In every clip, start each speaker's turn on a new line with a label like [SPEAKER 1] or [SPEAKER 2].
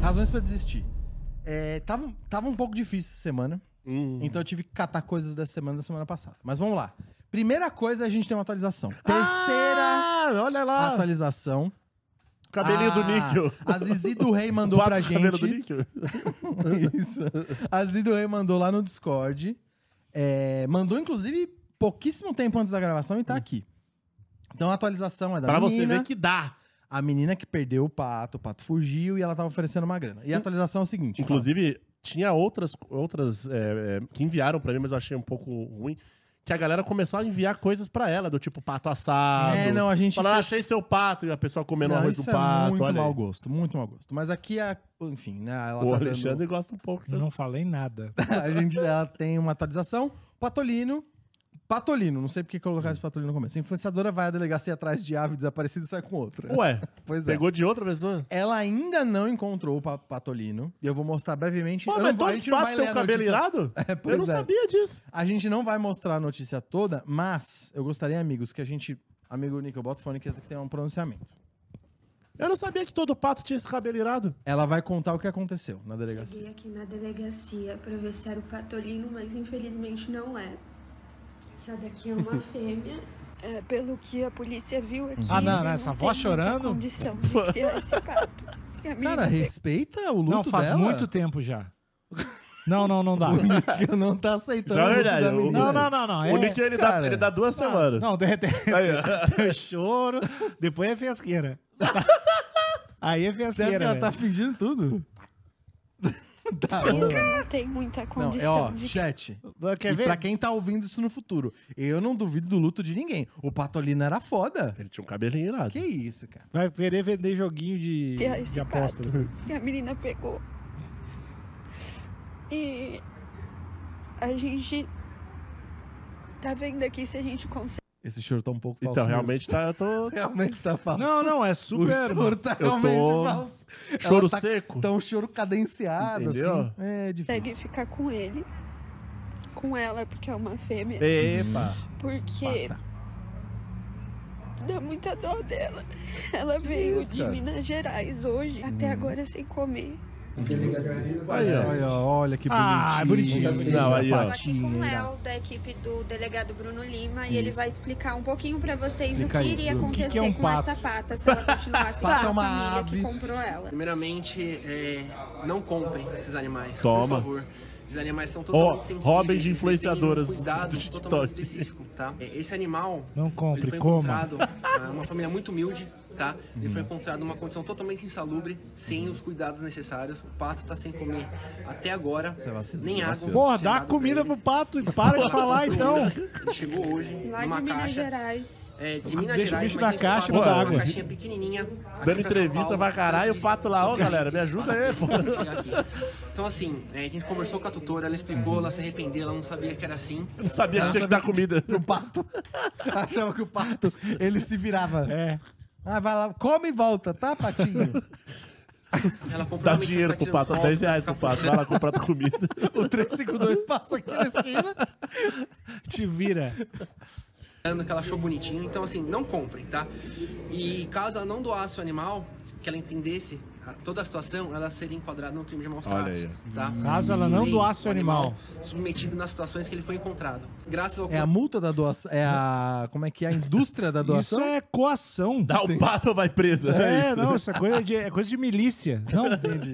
[SPEAKER 1] Razões pra desistir. É, tava, tava um pouco difícil essa semana,
[SPEAKER 2] Hum.
[SPEAKER 1] então eu tive que catar coisas dessa semana da semana passada. Mas vamos lá. Primeira coisa, é a gente tem uma atualização. Terceira
[SPEAKER 2] Ah, olha lá.
[SPEAKER 1] atualização.
[SPEAKER 2] Cabelinho do
[SPEAKER 1] Ah,
[SPEAKER 2] níquel.
[SPEAKER 1] A Zizi do Rei mandou
[SPEAKER 2] Quatro
[SPEAKER 1] pra
[SPEAKER 2] cabelo do
[SPEAKER 1] gente.
[SPEAKER 2] níquel.
[SPEAKER 1] Isso. A Zizi do Rei mandou lá no Discord. É, mandou, inclusive, pouquíssimo tempo antes da gravação e tá aqui. Então a atualização é da
[SPEAKER 2] Hum. Pra você
[SPEAKER 1] menina.
[SPEAKER 2] ver que dá.
[SPEAKER 1] A menina que perdeu o pato, o pato fugiu e ela tava oferecendo uma grana. E a atualização é o seguinte.
[SPEAKER 2] Hum. Inclusive, tinha outras, outras é, é, que enviaram pra mim, mas eu achei um pouco ruim. Que a galera começou a enviar coisas pra ela, do tipo pato assado.
[SPEAKER 1] É, não, a gente
[SPEAKER 2] Falaram, "Ah,
[SPEAKER 1] fez-
[SPEAKER 2] achei seu pato, e a pessoa comendo
[SPEAKER 1] Não,
[SPEAKER 2] arroz do
[SPEAKER 1] isso
[SPEAKER 2] pato.
[SPEAKER 1] é muito
[SPEAKER 2] olha aí.
[SPEAKER 1] mau gosto, muito mau gosto. Mas aqui, a, enfim, né? Ela
[SPEAKER 2] O
[SPEAKER 1] tá
[SPEAKER 2] Alexandre gosta um pouco.
[SPEAKER 3] Eu não falei nada.
[SPEAKER 1] dando- a gente ela tem uma atualização. Patolino. Patolino, não sei porque colocaram esse patolino no começo. A influenciadora vai à delegacia atrás de ave desaparecida e sai com outra.
[SPEAKER 2] Ué,
[SPEAKER 1] pois é.
[SPEAKER 2] pegou de outra pessoa?
[SPEAKER 1] Ela ainda não encontrou o pa- patolino. E eu vou mostrar brevemente.
[SPEAKER 2] Pô,
[SPEAKER 1] Eu
[SPEAKER 2] mas
[SPEAKER 1] não vou- a
[SPEAKER 2] todos os
[SPEAKER 1] gente não vai
[SPEAKER 2] patos
[SPEAKER 1] ler
[SPEAKER 2] têm
[SPEAKER 1] a
[SPEAKER 2] o cabelo
[SPEAKER 1] notícia
[SPEAKER 2] irado?
[SPEAKER 1] pois
[SPEAKER 2] eu não
[SPEAKER 1] é.
[SPEAKER 2] sabia disso.
[SPEAKER 1] A gente não vai mostrar a notícia toda, mas eu gostaria, amigos, que a gente. Amigo Nico, bota o fone que esse aqui tem um pronunciamento.
[SPEAKER 2] Eu não sabia que todo pato tinha esse cabelo irado.
[SPEAKER 1] Ela vai contar o que aconteceu na delegacia.
[SPEAKER 3] Assim.
[SPEAKER 4] Cheguei aqui na delegacia pra ver se era o patolino, mas infelizmente não é. Essa daqui é uma fêmea. É, pelo que a polícia viu aqui.
[SPEAKER 3] Ah, não, não,
[SPEAKER 4] eu
[SPEAKER 3] essa
[SPEAKER 4] tenho
[SPEAKER 3] avó
[SPEAKER 4] muita
[SPEAKER 3] chorando?
[SPEAKER 4] Condição de criar esse pato. E a menina
[SPEAKER 1] Cara, respeita o luto
[SPEAKER 3] não, faz
[SPEAKER 1] dela.
[SPEAKER 3] muito tempo já. Não, não, não dá.
[SPEAKER 1] que não tá aceitando.
[SPEAKER 2] Isso é
[SPEAKER 1] o luto
[SPEAKER 2] verdade,
[SPEAKER 1] da menina.
[SPEAKER 3] não, não, não, não. É, Ah,
[SPEAKER 2] o Nick, ele dá,
[SPEAKER 1] cara.
[SPEAKER 2] ele dá duas semanas.
[SPEAKER 3] Não, de repente
[SPEAKER 1] Tá
[SPEAKER 2] Aí, ó.
[SPEAKER 3] eu choro, depois é fiasqueira. Aí é
[SPEAKER 1] Você acha que
[SPEAKER 3] fiasqueira.
[SPEAKER 1] ela tá
[SPEAKER 3] velho.
[SPEAKER 1] fingindo tudo? tá bom.
[SPEAKER 4] não tem muita
[SPEAKER 1] Não, é
[SPEAKER 4] condição
[SPEAKER 1] ó,
[SPEAKER 4] de
[SPEAKER 1] chat.
[SPEAKER 3] Quer
[SPEAKER 1] e
[SPEAKER 3] ver?
[SPEAKER 1] pra quem tá ouvindo isso no futuro, eu não duvido do luto de ninguém. O Patolino era foda.
[SPEAKER 2] Ele tinha um cabelinho irado.
[SPEAKER 1] Que isso, cara.
[SPEAKER 3] Vai querer vender joguinho de,
[SPEAKER 4] criar esse
[SPEAKER 3] de aposta.
[SPEAKER 4] pato. E a menina pegou. E a gente tá vendo aqui se a gente consegue.
[SPEAKER 1] Esse choro tá um pouco falso.
[SPEAKER 2] Então,
[SPEAKER 1] mesmo.
[SPEAKER 2] realmente, tá, eu tô...
[SPEAKER 1] Realmente tá falso.
[SPEAKER 3] Não, não, é
[SPEAKER 1] O
[SPEAKER 3] super.
[SPEAKER 1] choro tá
[SPEAKER 2] eu
[SPEAKER 1] realmente
[SPEAKER 2] tô-
[SPEAKER 1] falso. Ela
[SPEAKER 2] Choro
[SPEAKER 1] tá-
[SPEAKER 2] seco.
[SPEAKER 1] Tá um choro cadenciado,
[SPEAKER 2] Entendeu?
[SPEAKER 1] assim. É
[SPEAKER 4] consegue
[SPEAKER 1] difícil.
[SPEAKER 4] ficar com ele. Com ela, porque é uma fêmea.
[SPEAKER 2] Epa.
[SPEAKER 4] Porque
[SPEAKER 1] Pata.
[SPEAKER 4] dá muita dó dela. Ela veio
[SPEAKER 2] isso,
[SPEAKER 4] de
[SPEAKER 2] cara?
[SPEAKER 4] Minas Gerais hoje, até agora sem comer.
[SPEAKER 2] Aí,
[SPEAKER 1] Olha,
[SPEAKER 2] ó.
[SPEAKER 1] olha que bonitinho.
[SPEAKER 3] Ah, bonitinho.
[SPEAKER 2] Não, aí, ó.
[SPEAKER 5] Tô aqui com o
[SPEAKER 1] Patinha.
[SPEAKER 5] Léo, da equipe do delegado Bruno Lima, e ele
[SPEAKER 2] Isso.
[SPEAKER 5] vai explicar um pouquinho pra vocês
[SPEAKER 1] Explica
[SPEAKER 5] o
[SPEAKER 1] aí,
[SPEAKER 5] que iria
[SPEAKER 1] Bruno.
[SPEAKER 3] O que
[SPEAKER 5] acontecer
[SPEAKER 3] que é um
[SPEAKER 5] com
[SPEAKER 3] pato?
[SPEAKER 5] essa pata se ela continuasse com a
[SPEAKER 1] Pato é uma
[SPEAKER 5] família
[SPEAKER 1] ave.
[SPEAKER 5] que comprou ela.
[SPEAKER 6] Primeiramente, é, não comprem esses animais,
[SPEAKER 2] Toma.
[SPEAKER 6] por favor. Esses animais são totalmente sensíveis.
[SPEAKER 2] Robin de
[SPEAKER 6] eles têm um
[SPEAKER 2] influenciadoras
[SPEAKER 6] cuidado
[SPEAKER 2] do
[SPEAKER 6] totalmente
[SPEAKER 2] TikTok.
[SPEAKER 6] específico, tá? É, Esse animal...
[SPEAKER 3] Não compre,
[SPEAKER 6] ele foi
[SPEAKER 3] coma.
[SPEAKER 6] encontrado, ah, uma família muito humilde, tá? Ele
[SPEAKER 2] Uhum.
[SPEAKER 6] foi encontrado numa condição totalmente insalubre, sem os cuidados necessários. O pato tá sem comer até agora. Você
[SPEAKER 1] vacilou,
[SPEAKER 6] nem
[SPEAKER 1] você
[SPEAKER 6] água.
[SPEAKER 1] vacilou.
[SPEAKER 3] Porra,
[SPEAKER 6] tinha
[SPEAKER 3] dá
[SPEAKER 6] dado
[SPEAKER 3] comida
[SPEAKER 6] pra
[SPEAKER 3] pro pato.
[SPEAKER 6] eles.
[SPEAKER 3] Para de falar então.
[SPEAKER 6] Ele chegou hoje
[SPEAKER 5] Lá
[SPEAKER 6] numa
[SPEAKER 5] de Minas
[SPEAKER 6] caixa
[SPEAKER 5] Gerais.
[SPEAKER 6] é, de Minas
[SPEAKER 3] Deixa o
[SPEAKER 6] Gerais,
[SPEAKER 3] bicho
[SPEAKER 6] mas
[SPEAKER 3] na
[SPEAKER 6] tem esse
[SPEAKER 3] caixa e
[SPEAKER 6] pato,
[SPEAKER 3] não dá
[SPEAKER 6] uma
[SPEAKER 3] água.
[SPEAKER 6] caixinha pequenininha, aqui
[SPEAKER 2] Dando
[SPEAKER 6] pra São
[SPEAKER 2] entrevista
[SPEAKER 6] Paulo,
[SPEAKER 2] pra caralho, o pato lá, ó,
[SPEAKER 6] Sofia,
[SPEAKER 2] galera, me
[SPEAKER 6] esse
[SPEAKER 2] ajuda
[SPEAKER 6] pato
[SPEAKER 2] aí, pô.
[SPEAKER 6] tem que chegar aqui. Então assim, é, a gente conversou com a tutora, ela explicou, ela se arrependeu, ela não sabia que era assim.
[SPEAKER 2] Não sabia que tinha que dar comida.
[SPEAKER 1] pro pato. Achava que o pato, ele se virava.
[SPEAKER 3] É.
[SPEAKER 1] Ah, vai lá, come e volta, tá, patinho?
[SPEAKER 6] Ela comprou
[SPEAKER 2] Dá
[SPEAKER 6] uma tá
[SPEAKER 2] dinheiro pro
[SPEAKER 6] mercadoria
[SPEAKER 2] pato,
[SPEAKER 6] no
[SPEAKER 2] 10 reais pro
[SPEAKER 6] copo,
[SPEAKER 2] pato. Vai lá comprar tua comida.
[SPEAKER 1] o 352 passa aqui na esquina.
[SPEAKER 3] Te vira.
[SPEAKER 6] ano que ela achou bonitinho. Então, assim, não comprem, tá? E caso ela não doasse o animal, que ela entendesse a- toda a situação, ela seria enquadrada no crime de maus
[SPEAKER 2] Olha
[SPEAKER 6] tratos.
[SPEAKER 2] aí. Hum.
[SPEAKER 6] Tá?
[SPEAKER 3] Caso ela não
[SPEAKER 6] Lei,
[SPEAKER 3] doasse o animal.
[SPEAKER 6] Submetido nas situações que ele foi encontrado. Graças ao
[SPEAKER 1] É a multa da doação. É a. Como é que é? A indústria da
[SPEAKER 3] Isso
[SPEAKER 1] doação?
[SPEAKER 3] é coação.
[SPEAKER 2] Dá o pato ou vai presa?
[SPEAKER 3] É,
[SPEAKER 2] isso.
[SPEAKER 3] não, isso é coisa de, é coisa de milícia. Não,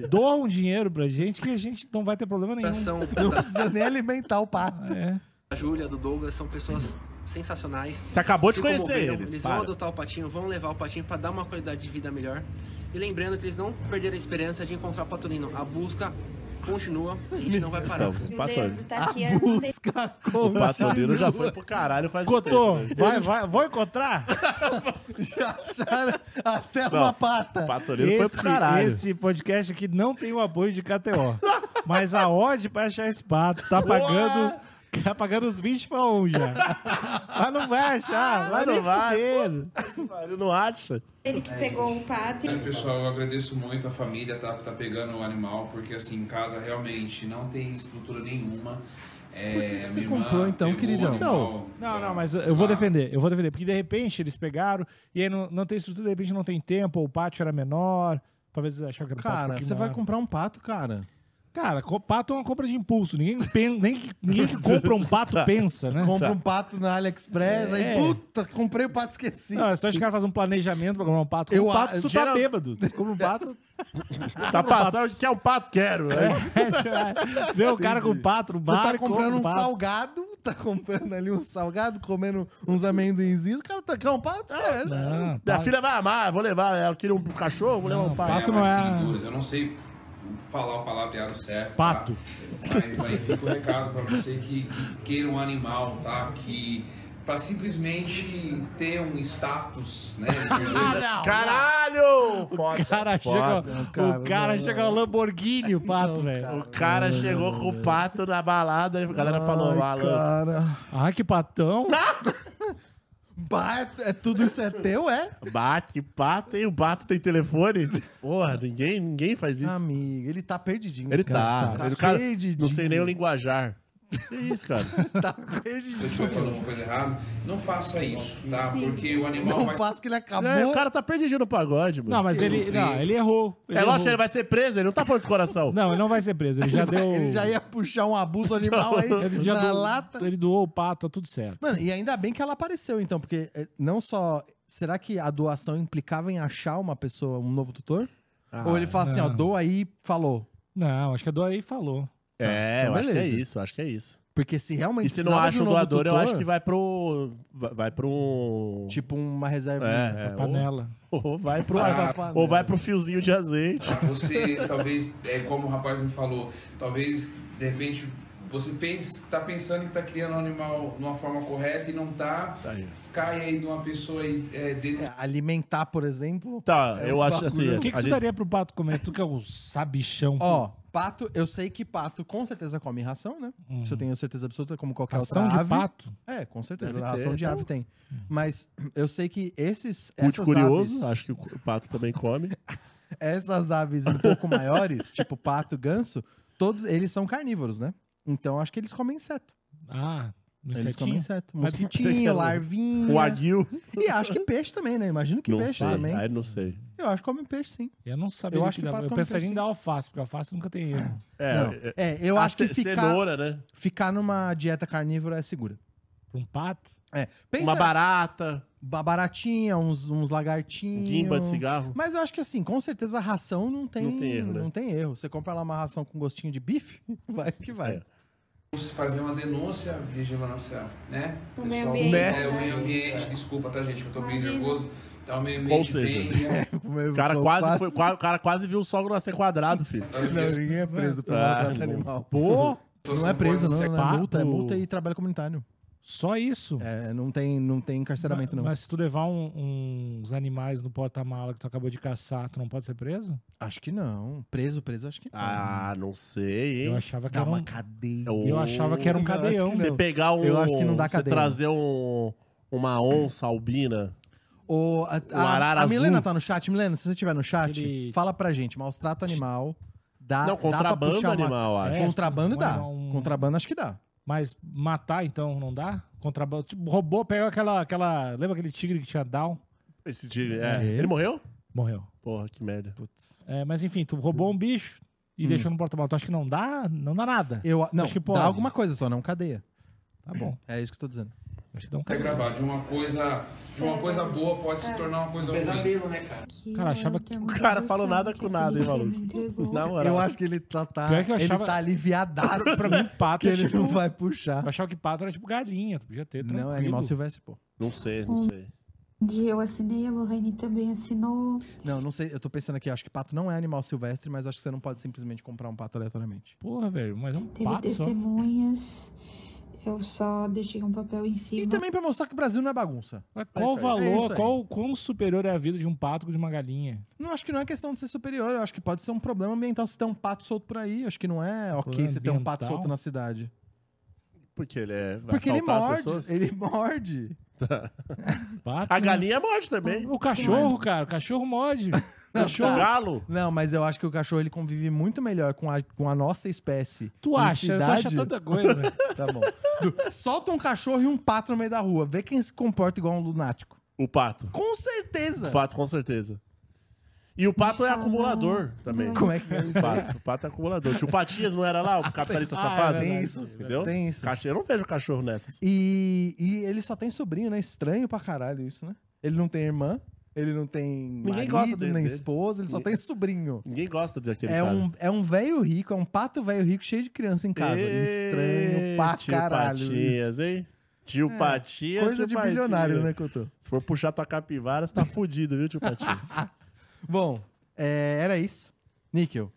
[SPEAKER 3] doa um dinheiro pra gente que a gente não vai ter problema nenhum.
[SPEAKER 6] coração
[SPEAKER 1] Não
[SPEAKER 6] da
[SPEAKER 1] precisa nem alimentar o pato.
[SPEAKER 3] É.
[SPEAKER 6] Júlia, do Douglas, são pessoas sensacionais. Assim
[SPEAKER 2] Você acabou de
[SPEAKER 6] Se
[SPEAKER 2] conhecer
[SPEAKER 6] comoveram,
[SPEAKER 2] eles,
[SPEAKER 6] Eles
[SPEAKER 2] para. Então,
[SPEAKER 6] vão adotar o patinho, vão levar o patinho pra dar uma qualidade de vida melhor. E lembrando que eles não perderam a esperança de encontrar o patolino. A busca continua, a gente não vai parar.
[SPEAKER 5] E
[SPEAKER 2] Então, o
[SPEAKER 5] O Leandro
[SPEAKER 2] pato,
[SPEAKER 5] tá
[SPEAKER 1] A
[SPEAKER 5] aqui, eu mandei
[SPEAKER 1] É. busca
[SPEAKER 2] o patolino
[SPEAKER 1] continua.
[SPEAKER 2] já foi pro caralho faz um
[SPEAKER 3] Cotô,
[SPEAKER 2] tempo, né?
[SPEAKER 3] vai, vai, vou encontrar?
[SPEAKER 1] Já acharam até
[SPEAKER 2] Não,
[SPEAKER 1] uma pata.
[SPEAKER 2] O patolino foi pro
[SPEAKER 3] Esse,
[SPEAKER 2] caralho.
[SPEAKER 3] esse podcast aqui não tem o apoio de KTO. mas a Odd pra achar esse pato tá pagando Tá pagando os 20 pra um já. Mas não vai
[SPEAKER 1] Ah,
[SPEAKER 3] achar. Vai
[SPEAKER 2] Mas não
[SPEAKER 3] não
[SPEAKER 2] vai.
[SPEAKER 3] vai.
[SPEAKER 2] Ele não acha.
[SPEAKER 5] Ele que pegou o pato.
[SPEAKER 7] Olha, É, pessoal, eu agradeço muito a família tá, tá pegando o animal, porque assim, em casa realmente não tem estrutura nenhuma. É,
[SPEAKER 1] Por que que você
[SPEAKER 7] minha irmã
[SPEAKER 1] comprou, então,
[SPEAKER 7] pegou o
[SPEAKER 1] queridão?
[SPEAKER 7] animal Ah,
[SPEAKER 3] Então, não,
[SPEAKER 7] pra-
[SPEAKER 3] não, mas eu vou
[SPEAKER 7] pra-
[SPEAKER 3] defender, eu vou defender, porque de repente eles pegaram e aí não, não tem estrutura, de repente não tem tempo, ou o pátio era menor, talvez eles acharam que era um pátio um
[SPEAKER 1] Cara,
[SPEAKER 3] pouquinho
[SPEAKER 1] você vai
[SPEAKER 3] maior.
[SPEAKER 1] comprar um pato, cara.
[SPEAKER 3] Cara, co- pato é uma compra de impulso, ninguém, pen- nem que- ninguém que compra um pato pensa, né?
[SPEAKER 1] Tá.
[SPEAKER 2] Tá.
[SPEAKER 1] Compra um pato na AliExpress,
[SPEAKER 3] É.
[SPEAKER 1] aí, puta, comprei o pato esqueci.
[SPEAKER 3] Não, é só os caras fazem um planejamento pra comprar um pato. Com
[SPEAKER 1] Eu
[SPEAKER 3] um pato,
[SPEAKER 1] a-
[SPEAKER 3] se tu
[SPEAKER 1] geral-
[SPEAKER 3] tá bêbado. Tu compra um pato,
[SPEAKER 2] Tá passando, quer um pato? Quero.
[SPEAKER 3] é, você vai vê o cara com pato no
[SPEAKER 1] Você
[SPEAKER 3] bar.
[SPEAKER 1] tá
[SPEAKER 3] e compra
[SPEAKER 1] comprando um
[SPEAKER 3] pato.
[SPEAKER 1] salgado, tá comprando ali um salgado, comendo uns amendoinzinhos, o cara tá com um pato. é, né?
[SPEAKER 3] Não,
[SPEAKER 2] Minha
[SPEAKER 3] pato-
[SPEAKER 2] filha vai amar, vou levar. Ela queria um cachorro, vou levar um pato.
[SPEAKER 7] É,
[SPEAKER 3] pato
[SPEAKER 7] mas
[SPEAKER 3] não é-
[SPEAKER 7] seguidores, Eu não sei falar o palavreado certo. tá?
[SPEAKER 3] Pato.
[SPEAKER 7] Mas aí fica o recado pra você que, que queira um animal, tá? Que pra simplesmente ter um status, né?
[SPEAKER 2] Caralho! Foda,
[SPEAKER 3] O
[SPEAKER 2] foda.
[SPEAKER 3] cara chega, o
[SPEAKER 1] cara,
[SPEAKER 3] cara
[SPEAKER 1] não,
[SPEAKER 3] chega ao Lamborghini, o pato, velho.
[SPEAKER 2] O cara chegou com o pato na balada e a galera falou,
[SPEAKER 1] Ai,
[SPEAKER 2] malandro.
[SPEAKER 1] cara.
[SPEAKER 3] Ah, que patão.
[SPEAKER 1] Bah, é- é tudo isso é teu, é?
[SPEAKER 2] Bate, pato, e o pato tem telefone? Porra, ninguém, ninguém faz isso.
[SPEAKER 1] Amigo, ele tá perdidinho.
[SPEAKER 2] Ele
[SPEAKER 1] esse cara.
[SPEAKER 2] tá. Ele, cara,
[SPEAKER 1] perdidinho.
[SPEAKER 2] não sei nem o linguajar. Que isso, cara?
[SPEAKER 1] Tá
[SPEAKER 7] Se eu
[SPEAKER 1] perdidinho.
[SPEAKER 7] estiver falando uma coisa errada, não faça isso, tá? Porque o animal
[SPEAKER 1] Não
[SPEAKER 7] vai
[SPEAKER 1] faço um que ele acabou.
[SPEAKER 2] É, o cara tá perdido no pagode, mano.
[SPEAKER 3] Não, mas ele, não, ele errou. Ele
[SPEAKER 2] é lógico que
[SPEAKER 3] errou.
[SPEAKER 2] ele vai ser preso, ele não tá falando de coração.
[SPEAKER 3] Não, ele não vai ser preso. Ele já deu.
[SPEAKER 1] Ele já ia puxar um abuso animal aí
[SPEAKER 3] ele já
[SPEAKER 1] na
[SPEAKER 3] doou-
[SPEAKER 1] lata.
[SPEAKER 3] Ele doou o pato, tá tudo certo.
[SPEAKER 1] Mano, e ainda bem que ela apareceu, então, porque eh, não só. Será que a doação implicava em achar uma pessoa, um novo tutor?
[SPEAKER 2] Ah,
[SPEAKER 1] Ou ele fala assim, ó,
[SPEAKER 3] não.
[SPEAKER 1] doa aí, falou.
[SPEAKER 3] Não, acho que a Dora aí falou.
[SPEAKER 2] É, eu
[SPEAKER 1] Então,
[SPEAKER 2] acho que é
[SPEAKER 1] beleza.
[SPEAKER 2] isso, eu acho que é isso.
[SPEAKER 1] Porque se realmente
[SPEAKER 2] E se não
[SPEAKER 1] precisava
[SPEAKER 2] acha
[SPEAKER 1] de
[SPEAKER 2] um
[SPEAKER 1] novo
[SPEAKER 2] doador, eu
[SPEAKER 1] tutor,
[SPEAKER 2] acho que vai pro. Vai vai pro.
[SPEAKER 1] Tipo uma reserva.
[SPEAKER 2] É, é, ou,
[SPEAKER 3] Panela.
[SPEAKER 2] ou vai pro.
[SPEAKER 1] Vai né? pra
[SPEAKER 2] ou vai pro fiozinho de azeite.
[SPEAKER 7] Pra Você, talvez, é, como o rapaz me falou, talvez, de repente, você está pensando que está criando um animal de uma forma correta e não tá.
[SPEAKER 2] Tá aí.
[SPEAKER 7] Cai aí de uma pessoa aí, é, dentro
[SPEAKER 1] É, Alimentar, por exemplo.
[SPEAKER 2] Tá,
[SPEAKER 1] É
[SPEAKER 2] eu
[SPEAKER 1] um
[SPEAKER 2] acho
[SPEAKER 1] bagulho.
[SPEAKER 2] assim.
[SPEAKER 1] O
[SPEAKER 3] O que, que
[SPEAKER 2] a
[SPEAKER 3] tu
[SPEAKER 2] gente-
[SPEAKER 3] daria pro pato comer? Tu que é o sabichão.
[SPEAKER 1] Ó, é
[SPEAKER 2] tipo-
[SPEAKER 1] pato, eu sei que pato com certeza come ração, né? Isso eu tenho certeza absoluta, como qualquer
[SPEAKER 3] Hum. Ração
[SPEAKER 1] outra
[SPEAKER 3] de
[SPEAKER 1] ave.
[SPEAKER 3] pato?
[SPEAKER 1] É, com certeza.
[SPEAKER 2] Deve
[SPEAKER 1] A
[SPEAKER 2] ter,
[SPEAKER 1] ração de
[SPEAKER 2] então.
[SPEAKER 1] ave tem. Mas eu sei que esses.
[SPEAKER 2] Muito
[SPEAKER 1] essas
[SPEAKER 2] curioso, né?
[SPEAKER 1] aves-
[SPEAKER 2] acho que o pato também come.
[SPEAKER 1] essas aves um pouco maiores, tipo pato, ganso, todos eles são carnívoros, né? Então acho que eles comem inseto.
[SPEAKER 3] Ah, no
[SPEAKER 1] Eles comem
[SPEAKER 3] insetinho?
[SPEAKER 1] inseto.
[SPEAKER 3] Mas-
[SPEAKER 1] Mosquitinho, larvinha.
[SPEAKER 2] é O aguil.
[SPEAKER 1] E acho que peixe também, né? Imagino É. que
[SPEAKER 2] não
[SPEAKER 1] peixe
[SPEAKER 2] sei.
[SPEAKER 1] também.
[SPEAKER 2] Aí não sei.
[SPEAKER 1] Eu acho que come peixe, sim.
[SPEAKER 3] Eu não sabia.
[SPEAKER 1] Eu acho que
[SPEAKER 3] dá-
[SPEAKER 1] pato
[SPEAKER 3] Eu
[SPEAKER 1] come
[SPEAKER 3] pensaria em
[SPEAKER 1] peixe,
[SPEAKER 3] dar alface, porque alface nunca tem erro.
[SPEAKER 2] É,
[SPEAKER 1] Não.
[SPEAKER 2] é-
[SPEAKER 1] É, eu
[SPEAKER 2] a
[SPEAKER 1] acho que
[SPEAKER 2] ce-
[SPEAKER 1] ficar,
[SPEAKER 2] cenoura, né?
[SPEAKER 1] ficar numa dieta carnívora é segura.
[SPEAKER 3] Pra um pato?
[SPEAKER 1] É, pensa
[SPEAKER 2] Uma barata,
[SPEAKER 1] ba- baratinha, uns, uns
[SPEAKER 2] um
[SPEAKER 1] lagartinhos.
[SPEAKER 2] guimba de cigarro.
[SPEAKER 1] Mas eu acho que assim, com certeza a ração não tem,
[SPEAKER 2] Não tem erro, né?
[SPEAKER 1] não tem erro. Você compra lá uma ração com gostinho de bife, vai que vai.
[SPEAKER 2] É.
[SPEAKER 7] de fazer uma denúncia, à vigilância, né?
[SPEAKER 5] O meio
[SPEAKER 7] Pessoal,
[SPEAKER 5] ambiente,
[SPEAKER 7] É,
[SPEAKER 5] né?
[SPEAKER 7] o meio ambiente, desculpa, tá, gente, que eu tô bem
[SPEAKER 5] Imagina.
[SPEAKER 7] nervoso. Tá o meio
[SPEAKER 2] Ou
[SPEAKER 7] ambiente
[SPEAKER 2] seja,
[SPEAKER 7] bem... né?
[SPEAKER 2] O cara quase, foi, qua- o cara quase viu o sogro nascer quadrado, filho.
[SPEAKER 1] Não, ninguém é preso por
[SPEAKER 2] Ah,
[SPEAKER 1] maltrato
[SPEAKER 2] não.
[SPEAKER 1] animal.
[SPEAKER 3] Pô,
[SPEAKER 1] Não é preso, não. não é
[SPEAKER 3] Pato.
[SPEAKER 1] multa, é multa e trabalho comunitário.
[SPEAKER 3] só isso?
[SPEAKER 1] É, não tem, não tem encarceramento, não.
[SPEAKER 3] Mas se tu levar um- uns animais no porta-mala que tu acabou de caçar, tu não pode ser preso?
[SPEAKER 1] Acho que não. Preso, preso, acho que não.
[SPEAKER 2] Ah, É não sei, hein?
[SPEAKER 3] Eu achava que
[SPEAKER 1] Dá
[SPEAKER 3] era
[SPEAKER 1] uma
[SPEAKER 3] um-
[SPEAKER 1] cadeia.
[SPEAKER 2] Eu
[SPEAKER 3] Eu achava que era um
[SPEAKER 1] Eu acho que
[SPEAKER 3] cadeião.
[SPEAKER 1] não.
[SPEAKER 2] Você pegar um.
[SPEAKER 1] Eu acho que não dá
[SPEAKER 2] Você
[SPEAKER 1] cadeia.
[SPEAKER 2] trazer um, uma onça albina.
[SPEAKER 1] O, a, a-
[SPEAKER 2] arara
[SPEAKER 1] a Milena
[SPEAKER 2] azul.
[SPEAKER 1] tá no chat. Milena, se você estiver no chat,
[SPEAKER 3] Aquele-
[SPEAKER 1] fala pra gente. Maus trato animal. Dá,
[SPEAKER 2] não,
[SPEAKER 1] dá
[SPEAKER 2] contrabando
[SPEAKER 1] pra puxar uma-
[SPEAKER 2] animal, eu acho.
[SPEAKER 3] É.
[SPEAKER 1] Contrabando
[SPEAKER 3] Mas
[SPEAKER 1] dá.
[SPEAKER 3] é um-
[SPEAKER 1] Contrabando acho que dá.
[SPEAKER 3] Mas matar, então, não dá? Contrabando. Tipo, roubou, pegou aquela, aquela. Lembra aquele tigre que tinha down?
[SPEAKER 2] Esse tigre. é. Ele morreu?
[SPEAKER 3] Morreu.
[SPEAKER 2] Porra, que merda.
[SPEAKER 1] Putz.
[SPEAKER 3] É, mas enfim, tu roubou um bicho e
[SPEAKER 1] Hum.
[SPEAKER 3] deixou no porta-malas. Tu acha que não dá? Não dá nada.
[SPEAKER 1] Eu, não,
[SPEAKER 3] Acho que pode.
[SPEAKER 1] dá alguma coisa só, não é um cadeia.
[SPEAKER 3] Tá bom.
[SPEAKER 1] É isso que eu tô dizendo.
[SPEAKER 3] Acho que dá um
[SPEAKER 7] Tá gravado, de uma coisa, de uma coisa boa pode
[SPEAKER 5] É.
[SPEAKER 7] se tornar uma coisa ruim.
[SPEAKER 6] Pesadelo, né, cara?
[SPEAKER 3] Cara, achava que-
[SPEAKER 5] O
[SPEAKER 2] cara falou nada com nada, hein, maluco? Na moral.
[SPEAKER 1] Eu acho que ele tá, tá,
[SPEAKER 3] Pior que eu achava-
[SPEAKER 1] ele tá aliviadaço
[SPEAKER 3] Pra mim, pato
[SPEAKER 1] que
[SPEAKER 3] é
[SPEAKER 1] ele
[SPEAKER 3] tipo...
[SPEAKER 1] não vai puxar.
[SPEAKER 3] Eu achava que pato era tipo galinha. Tu podia ter,
[SPEAKER 1] Não,
[SPEAKER 3] tranquilo.
[SPEAKER 1] é animal silvestre, pô.
[SPEAKER 2] Não sei, não
[SPEAKER 3] Hum.
[SPEAKER 2] sei.
[SPEAKER 5] Um dia eu assinei, a Lohane também assinou.
[SPEAKER 1] Não, não sei, eu tô pensando aqui, acho que pato não é animal silvestre, mas acho que você não pode simplesmente comprar um pato aleatoriamente.
[SPEAKER 3] Porra, velho, mas é um
[SPEAKER 5] Teve
[SPEAKER 3] pato só.
[SPEAKER 5] testemunhas. Eu só deixei um papel em cima.
[SPEAKER 1] E também pra mostrar que o Brasil não é bagunça.
[SPEAKER 3] Mas qual o
[SPEAKER 2] isso aí.
[SPEAKER 1] É
[SPEAKER 3] valor,
[SPEAKER 1] isso aí.
[SPEAKER 3] qual quão superior é a vida de um pato que de uma galinha?
[SPEAKER 1] Não acho que não é questão de ser superior, eu acho que pode ser um problema ambiental se tem um pato solto por aí, acho que não é ok
[SPEAKER 3] Problema
[SPEAKER 1] se tem um pato
[SPEAKER 3] ambiental?
[SPEAKER 1] solto na cidade.
[SPEAKER 2] Porque ele é. vai
[SPEAKER 1] Porque ele
[SPEAKER 2] assaltar as
[SPEAKER 1] morde.
[SPEAKER 2] pessoas?
[SPEAKER 1] Ele morde.
[SPEAKER 3] Bate,
[SPEAKER 2] A
[SPEAKER 3] né?
[SPEAKER 2] galinha morde também.
[SPEAKER 3] O cachorro, cara. O cachorro morde.
[SPEAKER 2] O
[SPEAKER 1] Tá.
[SPEAKER 2] galo.
[SPEAKER 1] Não, mas eu acho que o cachorro ele convive muito melhor com a, com a nossa espécie.
[SPEAKER 3] Tu
[SPEAKER 1] Em
[SPEAKER 3] acha? Eu Tu acha
[SPEAKER 1] cidade-
[SPEAKER 3] tanta coisa.
[SPEAKER 1] Tá bom. Du- Solta um cachorro e um pato no meio da rua. Vê quem se comporta igual um lunático.
[SPEAKER 2] O pato.
[SPEAKER 1] Com certeza.
[SPEAKER 2] O pato, com certeza. E o pato é acumulador também.
[SPEAKER 1] Como é que é
[SPEAKER 2] O pato, o pato é acumulador. Tio Patias não era lá, o capitalista
[SPEAKER 3] Ah, é
[SPEAKER 2] safado?
[SPEAKER 3] verdade.
[SPEAKER 1] Tem isso.
[SPEAKER 2] Entendeu?
[SPEAKER 1] Tem isso.
[SPEAKER 2] Cachorro- Eu não vejo cachorro nessas.
[SPEAKER 1] E, e ele só tem sobrinho, né? Estranho pra caralho isso, né? Ele não tem irmã, ele não tem
[SPEAKER 2] Ninguém
[SPEAKER 1] marido,
[SPEAKER 2] gosta dele,
[SPEAKER 1] nem
[SPEAKER 2] dele.
[SPEAKER 1] esposa, ele só
[SPEAKER 2] Ninguém-
[SPEAKER 1] tem sobrinho.
[SPEAKER 2] Ninguém gosta daquele
[SPEAKER 1] É
[SPEAKER 2] cara.
[SPEAKER 1] um, é um velho rico, é um pato velho rico cheio de criança em casa.
[SPEAKER 2] Ei,
[SPEAKER 1] Estranho pra
[SPEAKER 2] tio
[SPEAKER 1] caralho. isso. É,
[SPEAKER 2] Patias, hein? Tio Patias.
[SPEAKER 1] Coisa de
[SPEAKER 2] tio
[SPEAKER 1] bilionário,
[SPEAKER 2] Patias.
[SPEAKER 1] né, Couto?
[SPEAKER 2] Se for puxar tua capivara, você tá fudido, viu, tio Patias?
[SPEAKER 1] Bom, é, era isso. Níquel,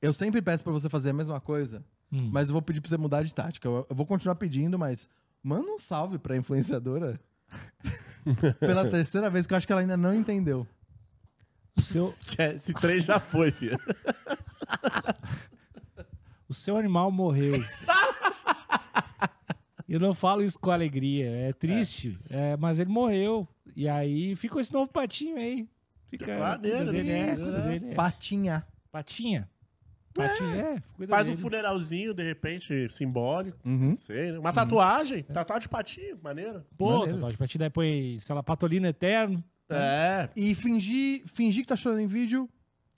[SPEAKER 1] eu sempre peço pra você fazer a mesma coisa,
[SPEAKER 3] Hum.
[SPEAKER 1] mas eu vou pedir pra você mudar de tática. Eu, eu vou continuar pedindo, mas manda um salve pra influenciadora. Pela terceira vez, que eu acho que ela ainda não entendeu.
[SPEAKER 3] Seu-
[SPEAKER 2] Que é- Esse trem já foi, filho.
[SPEAKER 3] O seu animal morreu. Eu não falo isso com alegria, é triste, é, mas ele morreu. E aí ficou esse novo patinho aí. Fica
[SPEAKER 2] Maneiro,
[SPEAKER 3] cuida dele, é,
[SPEAKER 2] isso,
[SPEAKER 3] cuida dele, é.
[SPEAKER 1] Patinha.
[SPEAKER 3] Patinha. Patinha, é. cuida
[SPEAKER 2] Faz um
[SPEAKER 3] dele.
[SPEAKER 2] funeralzinho, de repente, simbólico.
[SPEAKER 1] Uhum.
[SPEAKER 2] Não sei, né? Uma tatuagem. Tatuagem de patinho, maneiro.
[SPEAKER 3] Pô,
[SPEAKER 1] Maneiro.
[SPEAKER 3] Totó, de patinha depois, sei lá, patolino eterno.
[SPEAKER 2] É.
[SPEAKER 1] E fingir, fingir que tá chorando em vídeo,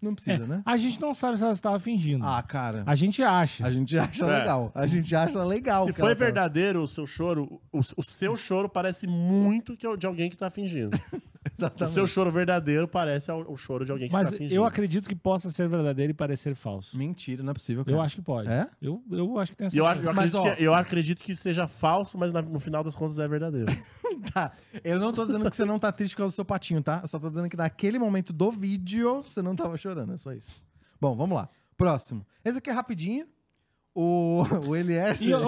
[SPEAKER 1] não precisa, né?
[SPEAKER 3] A gente não sabe se ela estava fingindo.
[SPEAKER 1] Ah, cara.
[SPEAKER 3] A gente acha.
[SPEAKER 1] A gente acha
[SPEAKER 2] É.
[SPEAKER 1] legal. A gente acha legal.
[SPEAKER 2] Se
[SPEAKER 1] que ela
[SPEAKER 2] foi
[SPEAKER 1] tá-
[SPEAKER 2] verdadeiro o seu choro, o, o seu choro parece muito que é o de alguém que tá fingindo. o
[SPEAKER 1] Exatamente.
[SPEAKER 2] seu choro verdadeiro parece ao- o choro de alguém que
[SPEAKER 3] Mas
[SPEAKER 2] tá fingindo.
[SPEAKER 3] eu acredito que possa ser verdadeiro e parecer falso.
[SPEAKER 1] Mentira, não é possível. Cara.
[SPEAKER 3] Eu acho que pode.
[SPEAKER 1] É?
[SPEAKER 3] Eu, eu acho que tem essa
[SPEAKER 2] E eu, acho- eu
[SPEAKER 3] chance.
[SPEAKER 1] Mas,
[SPEAKER 2] acredito
[SPEAKER 1] ó.
[SPEAKER 2] que, eu acredito que seja falso, mas na- no final das contas é verdadeiro.
[SPEAKER 1] Tá. Eu não tô dizendo que você não tá triste por causa do seu patinho, tá? Eu só tô dizendo que naquele momento do vídeo você não tava chorando. É só isso. Bom, vamos lá. Próximo. Esse aqui é rapidinho. O, o LS.
[SPEAKER 3] E, ô,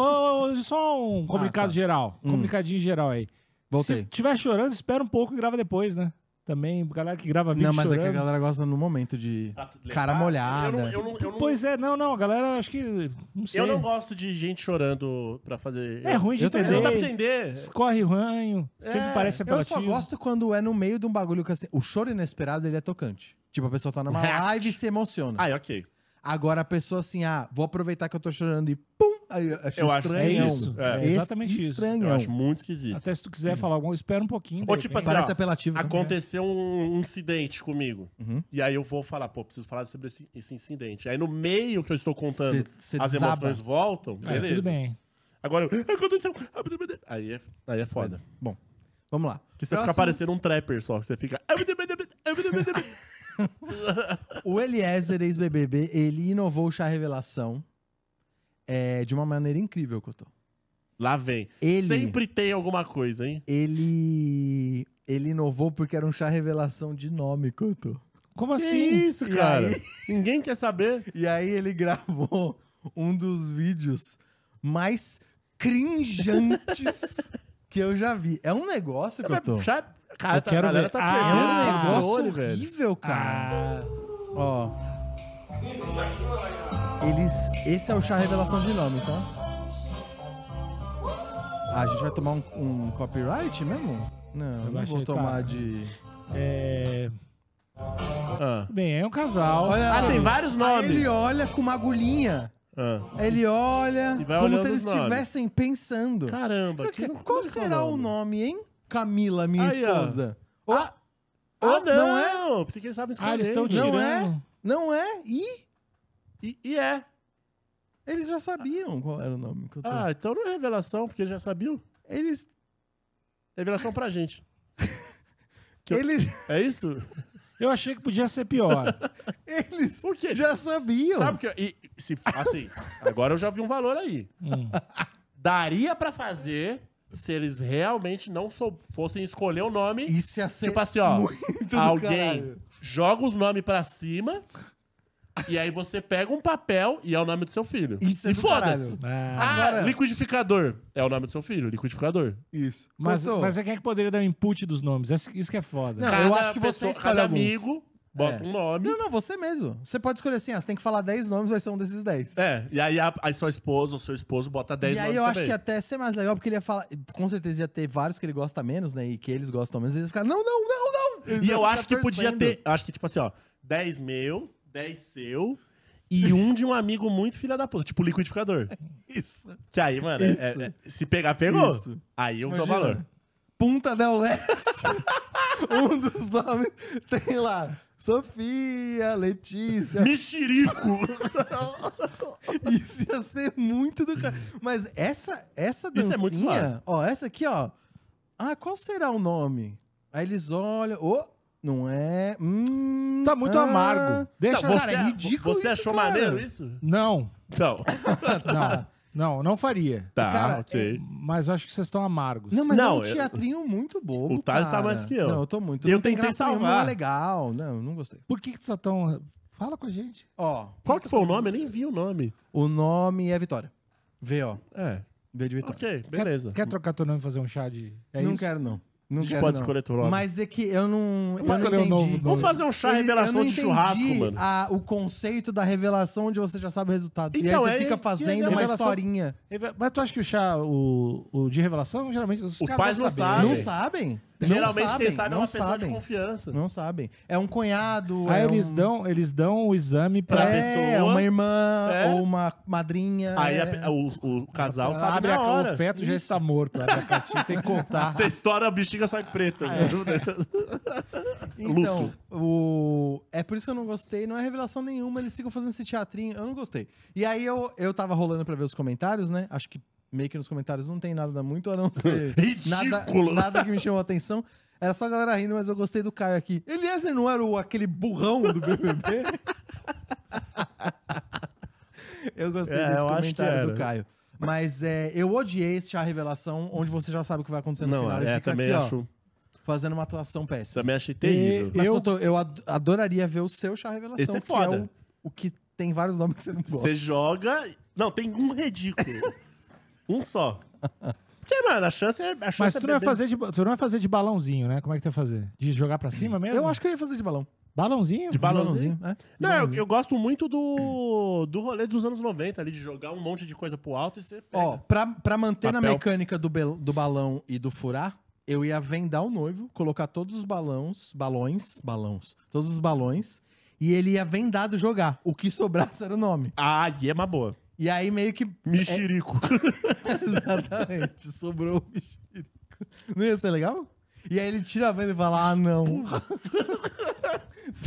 [SPEAKER 3] ô, só um comunicado
[SPEAKER 1] tá.
[SPEAKER 3] geral. um Comunicadinho geral aí. Se
[SPEAKER 1] Voltei.
[SPEAKER 3] tiver chorando, espera um pouco e grava depois, né? Também, galera que grava vídeo
[SPEAKER 1] Não, mas é que a
[SPEAKER 3] chorando.
[SPEAKER 1] galera gosta no momento de
[SPEAKER 2] Tá.
[SPEAKER 1] cara molhada.
[SPEAKER 2] Eu não, eu não- eu não-
[SPEAKER 3] Pois é, não, não, a galera acho que. Não sei.
[SPEAKER 2] eu não gosto de gente chorando pra fazer.
[SPEAKER 3] É ruim de
[SPEAKER 1] Eu também
[SPEAKER 2] Não
[SPEAKER 3] entender.
[SPEAKER 2] dá pra entender.
[SPEAKER 3] Escorre ranho, sempre parece
[SPEAKER 1] Eu só
[SPEAKER 3] apelativo.
[SPEAKER 1] gosto quando é no meio de um bagulho que assim. O choro inesperado ele é tocante. Tipo, a pessoa tá numa
[SPEAKER 2] React.
[SPEAKER 1] live e se emociona.
[SPEAKER 2] Ah, ok.
[SPEAKER 1] Agora a pessoa assim, ah, vou aproveitar que eu tô chorando e pum! Aí eu acho
[SPEAKER 2] Eu acho que é
[SPEAKER 1] estranhão.
[SPEAKER 2] isso. É.
[SPEAKER 1] Esse
[SPEAKER 3] Exatamente isso.
[SPEAKER 2] Eu
[SPEAKER 1] Estranhão.
[SPEAKER 2] acho muito esquisito.
[SPEAKER 3] Até se tu quiser falar alguma espera um pouquinho.
[SPEAKER 2] Ou
[SPEAKER 3] de
[SPEAKER 2] tipo
[SPEAKER 3] repente.
[SPEAKER 2] assim,
[SPEAKER 1] Parece
[SPEAKER 2] ó,
[SPEAKER 1] apelativo. né?
[SPEAKER 2] Aconteceu um incidente comigo.
[SPEAKER 1] Uhum.
[SPEAKER 2] E aí eu vou falar, pô, preciso falar sobre esse, esse incidente. Aí no meio que eu estou contando,
[SPEAKER 1] Cê- cê
[SPEAKER 2] as
[SPEAKER 1] desaba.
[SPEAKER 2] emoções voltam,
[SPEAKER 3] É,
[SPEAKER 2] assim, beleza.
[SPEAKER 3] tudo bem.
[SPEAKER 2] Agora, eu, "Ah, aconteceu. Aí é, aí é foda.
[SPEAKER 1] Bom, vamos lá.
[SPEAKER 2] Porque você fica
[SPEAKER 1] Próximo,
[SPEAKER 2] parecendo um trapper só, que você fica. "Ah,
[SPEAKER 1] O Eliezer, ex-BBB, ele inovou o chá revelação é, de uma maneira incrível que eu tô.
[SPEAKER 2] Lá vem.
[SPEAKER 1] Ele-
[SPEAKER 2] Sempre tem alguma coisa, hein?
[SPEAKER 1] Ele... Ele inovou porque era um chá revelação de nome, Couto.
[SPEAKER 3] Como
[SPEAKER 2] Que
[SPEAKER 3] assim?
[SPEAKER 2] isso,
[SPEAKER 1] E
[SPEAKER 2] cara?
[SPEAKER 1] aí?
[SPEAKER 2] Ninguém quer saber.
[SPEAKER 1] E aí ele gravou um dos vídeos mais crinjantes que eu já vi. É um negócio que eu tô.
[SPEAKER 2] Já- Cara,
[SPEAKER 3] Eu
[SPEAKER 2] tá,
[SPEAKER 3] quero
[SPEAKER 2] a galera
[SPEAKER 3] ver.
[SPEAKER 2] tá
[SPEAKER 3] Ah,
[SPEAKER 1] É
[SPEAKER 2] perdendo
[SPEAKER 1] um
[SPEAKER 2] o
[SPEAKER 1] negócio
[SPEAKER 2] controle, velho.
[SPEAKER 1] horrível, cara.
[SPEAKER 3] Ah,
[SPEAKER 1] Ó. Eles. Esse é o chá revelação de nome, tá? Ah, a gente vai tomar um, um copyright mesmo? Não,
[SPEAKER 3] Eu
[SPEAKER 1] eu não
[SPEAKER 3] achei,
[SPEAKER 1] vou
[SPEAKER 3] tá.
[SPEAKER 1] tomar de.
[SPEAKER 3] é...
[SPEAKER 2] Ah,
[SPEAKER 3] Bem, é um casal.
[SPEAKER 1] Olha lá.
[SPEAKER 2] Ah, tem vários
[SPEAKER 1] Aí
[SPEAKER 2] nomes.
[SPEAKER 1] ele olha com uma agulhinha.
[SPEAKER 2] Ah.
[SPEAKER 1] Ele olha
[SPEAKER 2] E vai
[SPEAKER 1] como
[SPEAKER 2] olhando
[SPEAKER 1] se eles
[SPEAKER 2] os nomes.
[SPEAKER 1] estivessem pensando.
[SPEAKER 2] Caramba, que loucura
[SPEAKER 1] Qual
[SPEAKER 2] que é
[SPEAKER 1] será o nome, hein? Camila, minha
[SPEAKER 2] Aí, ó.
[SPEAKER 1] esposa. Ó,
[SPEAKER 2] Ah,
[SPEAKER 1] ó,
[SPEAKER 2] não,
[SPEAKER 1] não é?
[SPEAKER 2] Pensei que eles estavam escolhendo.
[SPEAKER 3] Ah, eles estão tirando.
[SPEAKER 1] Não é? Não é? E
[SPEAKER 2] E, e é.
[SPEAKER 1] eles já sabiam qual era o nome que eu tô.
[SPEAKER 2] Ah, então não é revelação, porque já sabiam. É
[SPEAKER 1] Eles.
[SPEAKER 2] Revelação pra gente. Que eu-
[SPEAKER 1] Eles.
[SPEAKER 2] É isso?
[SPEAKER 3] Eu achei que podia ser pior.
[SPEAKER 1] Eles
[SPEAKER 2] Por quê?
[SPEAKER 1] já sabiam.
[SPEAKER 2] Sabe o que... E, e se, assim, agora eu já vi um valor aí.
[SPEAKER 3] Hum.
[SPEAKER 2] Daria pra fazer se eles realmente não sou- fossem escolher o nome.
[SPEAKER 1] Isso ia ser
[SPEAKER 2] tipo assim, ó.
[SPEAKER 1] muito do
[SPEAKER 2] Alguém
[SPEAKER 1] caralho.
[SPEAKER 2] joga os nomes pra cima... E aí você pega um papel e é o nome do seu filho.
[SPEAKER 1] Isso é
[SPEAKER 2] e
[SPEAKER 1] do
[SPEAKER 2] foda-se.
[SPEAKER 1] caralho.
[SPEAKER 3] Ah,
[SPEAKER 2] Ah,
[SPEAKER 1] Agora-
[SPEAKER 2] liquidificador. É o nome do seu filho, liquidificador.
[SPEAKER 1] Isso.
[SPEAKER 3] mas,
[SPEAKER 1] Couto,
[SPEAKER 3] um mas é quem é que poderia dar o input dos nomes? Essa- Isso que é foda.
[SPEAKER 1] Não, eu acho que você escolhe
[SPEAKER 2] cada
[SPEAKER 1] alguns. É.
[SPEAKER 2] amigo bota um nome.
[SPEAKER 1] Não, não, você mesmo. Você pode escolher assim, ah, você tem que falar 10 nomes, vai ser um desses 10.
[SPEAKER 2] É, e aí, a, aí sua esposa ou seu esposo bota 10
[SPEAKER 1] E aí
[SPEAKER 2] nomes tá
[SPEAKER 1] eu acho
[SPEAKER 2] também.
[SPEAKER 1] que até ia ser mais legal, porque ele ia falar. Com certeza ia ter vários que ele gosta menos, né? E que eles gostam menos. E eles ficam, não, não, não, não! tá Eles
[SPEAKER 2] E eu
[SPEAKER 1] iam
[SPEAKER 2] acho que
[SPEAKER 1] ficar
[SPEAKER 2] podia
[SPEAKER 1] torcendo.
[SPEAKER 2] ter. Acho que, tipo assim, ó, 10 meu, 10 seu e um de um amigo muito filha da puta, tipo liquidificador.
[SPEAKER 1] Isso.
[SPEAKER 2] Que aí, mano, é-
[SPEAKER 1] Isso.
[SPEAKER 2] é- se pegar, pegou.
[SPEAKER 1] Isso.
[SPEAKER 2] Aí eu dou
[SPEAKER 1] Imagina.
[SPEAKER 2] valor.
[SPEAKER 1] Punta del Leste. um dos nomes. Tem lá. Sofia, Letícia.
[SPEAKER 2] Mexerico!
[SPEAKER 1] Isso ia ser muito do cara. Mas essa, essa
[SPEAKER 2] Isso
[SPEAKER 1] dancinha,
[SPEAKER 2] é muito suave.
[SPEAKER 1] ó, essa aqui, ó. Ah, qual será o nome? Aí eles olham, ô, não é. Hum,
[SPEAKER 3] Tá muito
[SPEAKER 1] ah.
[SPEAKER 3] amargo. Deixa
[SPEAKER 2] Não, você,
[SPEAKER 1] cara, é ridículo
[SPEAKER 2] Você
[SPEAKER 1] isso,
[SPEAKER 2] achou
[SPEAKER 1] cara.
[SPEAKER 2] maneiro isso?
[SPEAKER 3] Não,
[SPEAKER 2] Então.
[SPEAKER 1] tá."
[SPEAKER 2] Ah,
[SPEAKER 3] não, não, não faria.
[SPEAKER 2] Tá,
[SPEAKER 1] Cara, é
[SPEAKER 2] ok.
[SPEAKER 3] Mas eu acho que vocês estão amargos.
[SPEAKER 1] Não, mas
[SPEAKER 2] Não,
[SPEAKER 1] é um
[SPEAKER 2] eu-
[SPEAKER 1] teatrinho muito bobo.
[SPEAKER 2] O Thales tá
[SPEAKER 1] cara.
[SPEAKER 2] mais que eu.
[SPEAKER 1] Não, eu tô muito.
[SPEAKER 2] Eu
[SPEAKER 1] não tem
[SPEAKER 2] tentei
[SPEAKER 1] graça nenhuma,
[SPEAKER 2] salvar.
[SPEAKER 1] Não é legal. Não, não gostei.
[SPEAKER 3] Por que, que tu tá tão. Fala com a gente.
[SPEAKER 1] Ó.
[SPEAKER 2] Qual que foi o nome? Eu nem vi o nome.
[SPEAKER 1] O nome é Vitória. V, ó.
[SPEAKER 2] É.
[SPEAKER 1] V de Vitória.
[SPEAKER 2] Ok,
[SPEAKER 3] Quer-
[SPEAKER 2] beleza.
[SPEAKER 3] Quer, trocar teu nome e fazer um chá de. É
[SPEAKER 1] não
[SPEAKER 3] isso?
[SPEAKER 1] quero, não. Não
[SPEAKER 2] A gente
[SPEAKER 1] quero,
[SPEAKER 2] pode
[SPEAKER 1] não.
[SPEAKER 2] escolher outro nome.
[SPEAKER 1] Mas é que eu não. Eu não
[SPEAKER 3] escolher um
[SPEAKER 1] entendi.
[SPEAKER 3] novo nome.
[SPEAKER 2] Vamos fazer um chá
[SPEAKER 1] Eu- eu
[SPEAKER 2] revelação
[SPEAKER 1] não
[SPEAKER 2] de
[SPEAKER 1] entendi Ah,
[SPEAKER 2] churrasco, mano.
[SPEAKER 1] a- o conceito da revelação onde você já sabe o resultado.
[SPEAKER 2] Então,
[SPEAKER 1] e aí
[SPEAKER 2] é-
[SPEAKER 1] você
[SPEAKER 2] que é
[SPEAKER 1] fica fazendo uma
[SPEAKER 2] revelação.
[SPEAKER 1] historinha.
[SPEAKER 3] Reve- É Mas tu acha que o chá, o, o de revelação, geralmente os,
[SPEAKER 2] Os
[SPEAKER 3] caras né?
[SPEAKER 2] pais
[SPEAKER 3] vão
[SPEAKER 2] não
[SPEAKER 3] saber.
[SPEAKER 2] sabem.
[SPEAKER 1] Não sabem?
[SPEAKER 2] Geralmente
[SPEAKER 1] não sabem,
[SPEAKER 2] quem sabe é
[SPEAKER 1] não
[SPEAKER 2] uma pessoa
[SPEAKER 1] sabem.
[SPEAKER 2] de confiança.
[SPEAKER 1] Não sabem. É um cunhado.
[SPEAKER 3] Aí
[SPEAKER 1] é
[SPEAKER 3] eles,
[SPEAKER 1] um...
[SPEAKER 3] dão, eles dão o exame pra.
[SPEAKER 2] pra
[SPEAKER 1] é,
[SPEAKER 2] pessoa.
[SPEAKER 1] é uma irmã
[SPEAKER 2] É.
[SPEAKER 1] ou uma madrinha.
[SPEAKER 2] Aí
[SPEAKER 1] é.
[SPEAKER 2] a- o, o casal
[SPEAKER 3] Ela
[SPEAKER 2] sabe
[SPEAKER 3] abre
[SPEAKER 2] na
[SPEAKER 3] a ca-
[SPEAKER 2] hora.
[SPEAKER 3] O feto já está morto. Abre a caixinha, tem que contar.
[SPEAKER 2] Você estoura a bexiga, sai preta.
[SPEAKER 1] Então,
[SPEAKER 2] Luto.
[SPEAKER 1] o... é por isso que eu não gostei. Não é revelação nenhuma, eles ficam fazendo esse teatrinho. Eu não gostei. E aí eu, eu tava rolando pra ver os comentários, né? Acho que meio que nos comentários não tem nada muito, a não ser. nada,
[SPEAKER 2] Ridículo.
[SPEAKER 1] nada que me chamou a atenção. Era só a galera rindo, mas eu gostei do Caio aqui. Eliezer não era o, aquele burrão do BBB? eu gostei
[SPEAKER 2] É,
[SPEAKER 1] desse
[SPEAKER 2] eu acho que
[SPEAKER 1] comentário
[SPEAKER 2] era.
[SPEAKER 1] do Caio. Mas é, eu odiei esse chá revelação, onde você já sabe o que vai acontecer no
[SPEAKER 2] Não,
[SPEAKER 1] final. e
[SPEAKER 2] é,
[SPEAKER 1] fica
[SPEAKER 2] também
[SPEAKER 1] aqui, ó,
[SPEAKER 2] acho.
[SPEAKER 1] fazendo uma atuação péssima.
[SPEAKER 2] Também achei terrível.
[SPEAKER 1] Mas
[SPEAKER 3] Eu-
[SPEAKER 1] eu, eu ad- adoraria ver o seu chá revelação.
[SPEAKER 2] Esse é
[SPEAKER 1] que
[SPEAKER 2] foda.
[SPEAKER 1] o, o que tem vários nomes que você não gosta.
[SPEAKER 2] Você joga. Não, tem um ridículo. um só. Porque, mano, a chance é. A chance
[SPEAKER 3] Mas
[SPEAKER 2] é
[SPEAKER 3] tu não, vai
[SPEAKER 2] beber-
[SPEAKER 3] fazer de, ba- tu não vai fazer de balãozinho, né? Como é que tu vai fazer? De jogar pra cima mesmo?
[SPEAKER 1] Eu acho que eu ia fazer de balão.
[SPEAKER 3] Balãozinho?
[SPEAKER 2] De balãozinho.
[SPEAKER 1] é.
[SPEAKER 2] Não, eu, eu gosto muito do, do rolê dos anos 90 ali, de jogar um monte de coisa pro alto e você pega.
[SPEAKER 1] Ó, pra, pra manter na
[SPEAKER 2] É. Papel.
[SPEAKER 1] mecânica do, bel- do balão e do furar, eu ia vendar o noivo, colocar todos os balões, balões, balões, todos os balões, e ele ia vendado jogar. O que sobrasse era o nome.
[SPEAKER 2] Ah, e é uma boa.
[SPEAKER 1] E aí meio que.
[SPEAKER 2] Mexerico.
[SPEAKER 1] Exatamente, sobrou o mexerico. Não ia ser legal? E aí ele tira a venda e fala: ah, não.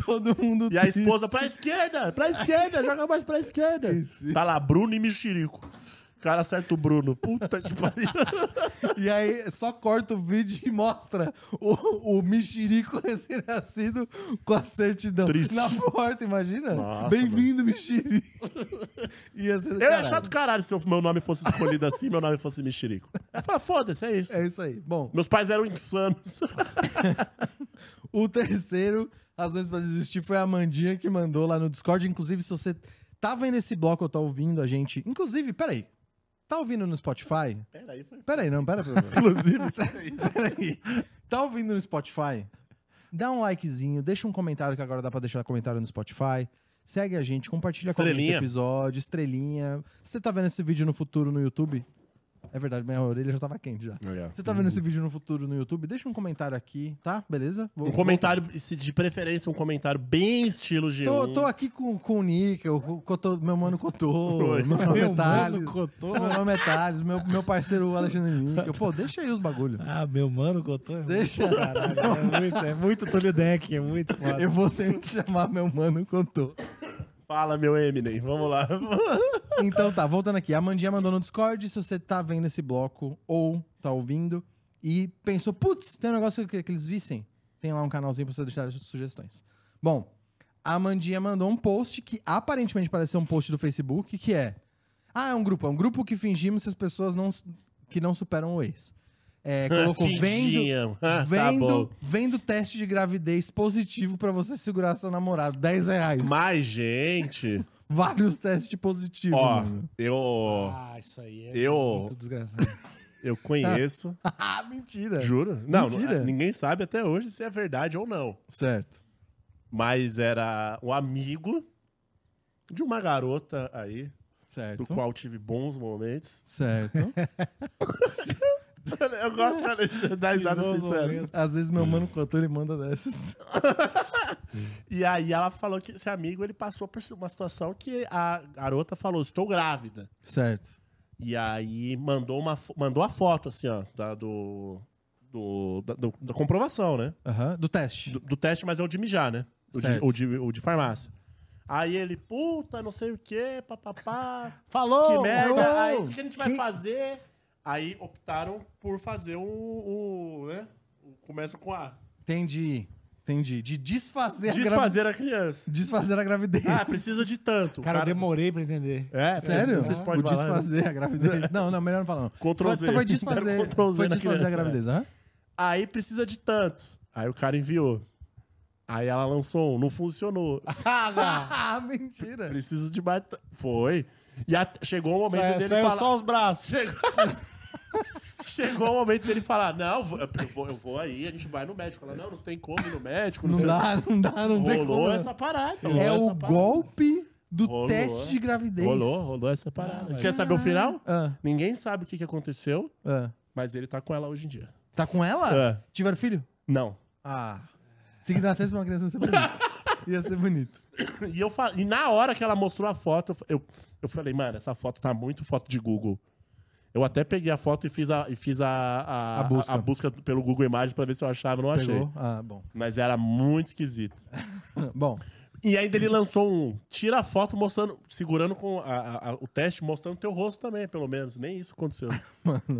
[SPEAKER 1] Todo mundo.
[SPEAKER 2] E a
[SPEAKER 1] triste.
[SPEAKER 2] esposa pra esquerda, pra esquerda, joga mais pra esquerda.
[SPEAKER 1] Isso.
[SPEAKER 2] Tá lá, Bruno e mexerico. O cara acerta o Bruno. Puta que pariu.
[SPEAKER 1] E aí só corta o vídeo e mostra o, o mexerico recém-nascido com a certidão.
[SPEAKER 2] Triste.
[SPEAKER 1] Na porta, imagina?
[SPEAKER 2] Nossa, é
[SPEAKER 1] Bem-vindo, mexerico. Ia ser do
[SPEAKER 2] Eu ia
[SPEAKER 1] caralho.
[SPEAKER 2] achar do caralho se o meu nome fosse escolhido assim, meu nome fosse mexerico. Eu falava, foda-se, é isso.
[SPEAKER 1] É isso aí. Bom,
[SPEAKER 2] Meus pais eram insanos.
[SPEAKER 1] o terceiro, razões pra desistir, foi a Mandinha que mandou lá no Discord. Inclusive, se você tá vendo esse bloco ou tá ouvindo a gente. Inclusive, peraí. Tá ouvindo no Spotify?
[SPEAKER 2] Peraí, foi.
[SPEAKER 1] Peraí, não, pera. pera, pera.
[SPEAKER 2] Inclusive.
[SPEAKER 1] Peraí. Tá ouvindo no Spotify? Dá um likezinho, deixa um comentário, que agora dá pra deixar comentário no Spotify. Segue a gente, compartilha com alguém esse
[SPEAKER 2] Estrelinha.
[SPEAKER 1] episódio, estrelinha. Se você tá vendo esse vídeo no futuro no YouTube... É verdade, minha orelha já tava quente já. Você tá vendo esse vídeo no futuro no YouTube? Deixa um comentário aqui, tá? Beleza? Vou-
[SPEAKER 2] Um comentário, se de preferência, um comentário bem estilo G1.
[SPEAKER 1] Tô, tô aqui com, com o Níquel, com o Cotô- meu mano Cotô,
[SPEAKER 2] Oi.
[SPEAKER 1] meu nome é
[SPEAKER 3] Meu mano
[SPEAKER 1] Thales,
[SPEAKER 3] Cotô.
[SPEAKER 1] meu nome é Thales, meu, meu parceiro Alexandre Níquel. Pô, deixa aí os bagulho.
[SPEAKER 3] Ah, meu mano, contou.
[SPEAKER 1] Deixa.
[SPEAKER 3] Caralho, é muito, é muito Túlio Deck, é muito foda.
[SPEAKER 1] Eu vou sempre te chamar meu mano Cotô.
[SPEAKER 2] Fala, meu Eminem, vamos lá.
[SPEAKER 1] Então tá, voltando aqui. A Mandinha mandou no Discord se você tá vendo esse bloco ou tá ouvindo e pensou, putz, tem um negócio que eu queria que eles vissem. Tem lá um canalzinho pra você deixar su- sugestões. Bom, a Mandinha mandou um post que aparentemente parece ser um post do Facebook, que é... Ah, é um grupo. É um grupo que fingimos que as pessoas não, su- que não superam o ex. É, colocou vendo...
[SPEAKER 2] Fingiam. Ah, tá
[SPEAKER 1] Vendo,
[SPEAKER 2] bom.
[SPEAKER 1] vendo teste de gravidez positivo pra você segurar seu namorado. 10 reais.
[SPEAKER 2] Mas, gente,
[SPEAKER 1] Vários testes positivos.
[SPEAKER 2] ó,
[SPEAKER 1] mano.
[SPEAKER 2] eu,
[SPEAKER 3] Ah, isso aí é
[SPEAKER 2] Eu-
[SPEAKER 3] muito desgraçado.
[SPEAKER 2] eu conheço,
[SPEAKER 1] Ah, mentira.
[SPEAKER 2] juro. Não,
[SPEAKER 1] Mentira.
[SPEAKER 2] ninguém sabe até hoje se é verdade ou não.
[SPEAKER 1] Certo.
[SPEAKER 2] mas era um amigo de uma garota aí, do
[SPEAKER 1] Certo.
[SPEAKER 2] qual tive bons momentos.
[SPEAKER 1] Certo.
[SPEAKER 2] Eu gosto cara, da risada
[SPEAKER 3] bons
[SPEAKER 2] sincera.
[SPEAKER 3] momentos.
[SPEAKER 1] Às vezes meu mano Cotô, ele manda dessas.
[SPEAKER 2] E aí ela falou que esse amigo ele passou por uma situação que a garota falou: Estou grávida.
[SPEAKER 1] Certo.
[SPEAKER 2] E aí mandou, uma, fo- mandou a foto, assim, ó, da, do, do- da, do- da comprovação, né?
[SPEAKER 1] Aham. Do teste.
[SPEAKER 2] Do, do teste, mas é o de mijar, né? O de,
[SPEAKER 1] Certo.
[SPEAKER 2] o, de, o de farmácia. Aí ele, puta, não sei o quê, papapá,
[SPEAKER 3] Falou!
[SPEAKER 1] Oh,
[SPEAKER 2] que merda, aí o
[SPEAKER 3] Falou!
[SPEAKER 2] que a gente vai fazer? Aí optaram por fazer o. o, né? O- Começa com A.
[SPEAKER 1] Entendi. Entendi. De desfazer, A, gravi...
[SPEAKER 2] Desfazer a criança.
[SPEAKER 1] desfazer a gravidez.
[SPEAKER 2] Ah, precisa de tanto. O
[SPEAKER 3] Cara, eu demorei pra entender.
[SPEAKER 2] É,
[SPEAKER 1] Sério? Ah,
[SPEAKER 2] Vocês
[SPEAKER 1] o
[SPEAKER 2] podem falar. né?
[SPEAKER 1] desfazer a gravidez. Não, não, melhor não falar. não.
[SPEAKER 2] Ctrl Z.
[SPEAKER 1] Foi, foi
[SPEAKER 2] Deram
[SPEAKER 1] desfazer,
[SPEAKER 2] Ctrl Z
[SPEAKER 1] foi
[SPEAKER 2] na
[SPEAKER 1] desfazer
[SPEAKER 2] criança, né?
[SPEAKER 1] a gravidez, aham.
[SPEAKER 2] Aí precisa de tanto. Aí o cara enviou. Aí ela lançou um, não funcionou.
[SPEAKER 1] Ah, mentira.
[SPEAKER 2] Preciso de mais. ta- Foi. E a- chegou o momento
[SPEAKER 1] é-
[SPEAKER 3] Sa
[SPEAKER 2] dele
[SPEAKER 3] saiu
[SPEAKER 2] falar.
[SPEAKER 3] só os braços.
[SPEAKER 2] Chegou... chegou o momento dele falar: Não, eu vou- eu vou, eu vou aí, a gente vai no médico. Ela, não, não tem como ir no médico. Não,
[SPEAKER 1] Não
[SPEAKER 2] sei o
[SPEAKER 1] dá, não dá, não
[SPEAKER 2] quê."
[SPEAKER 1] tem
[SPEAKER 2] Rolou
[SPEAKER 1] como. né?
[SPEAKER 2] essa parada. rolou
[SPEAKER 1] É
[SPEAKER 2] essa
[SPEAKER 1] o
[SPEAKER 2] parada.
[SPEAKER 1] golpe do
[SPEAKER 2] Rolou,
[SPEAKER 1] teste
[SPEAKER 2] é.
[SPEAKER 1] de gravidez.
[SPEAKER 2] Rolou, rolou essa parada. Quer saber o final?
[SPEAKER 1] Ah,
[SPEAKER 2] Ninguém sabe o que, que aconteceu,
[SPEAKER 1] ah.
[SPEAKER 2] mas ele tá com ela hoje em dia.
[SPEAKER 1] Tá com ela?
[SPEAKER 2] É.
[SPEAKER 1] Tiveram filho?
[SPEAKER 2] Não.
[SPEAKER 1] Ah. Se que nascesse uma criança, ia ser bonito. Ia ser bonito.
[SPEAKER 2] E, eu fal... e na hora que ela mostrou a foto, eu, eu falei, mano, essa foto tá muito foto de Google. Eu até peguei a foto e fiz a, e fiz a, a,
[SPEAKER 1] A busca.
[SPEAKER 2] a- a busca pelo Google Imagens pra ver se eu achava, não achei.
[SPEAKER 1] Pegou? Ah, bom.
[SPEAKER 2] Mas era muito esquisito.
[SPEAKER 1] Bom,
[SPEAKER 2] E ainda ele lançou um. Tira a foto mostrando, segurando com a- a- a- o teste, mostrando teu rosto também, pelo menos. Nem isso aconteceu.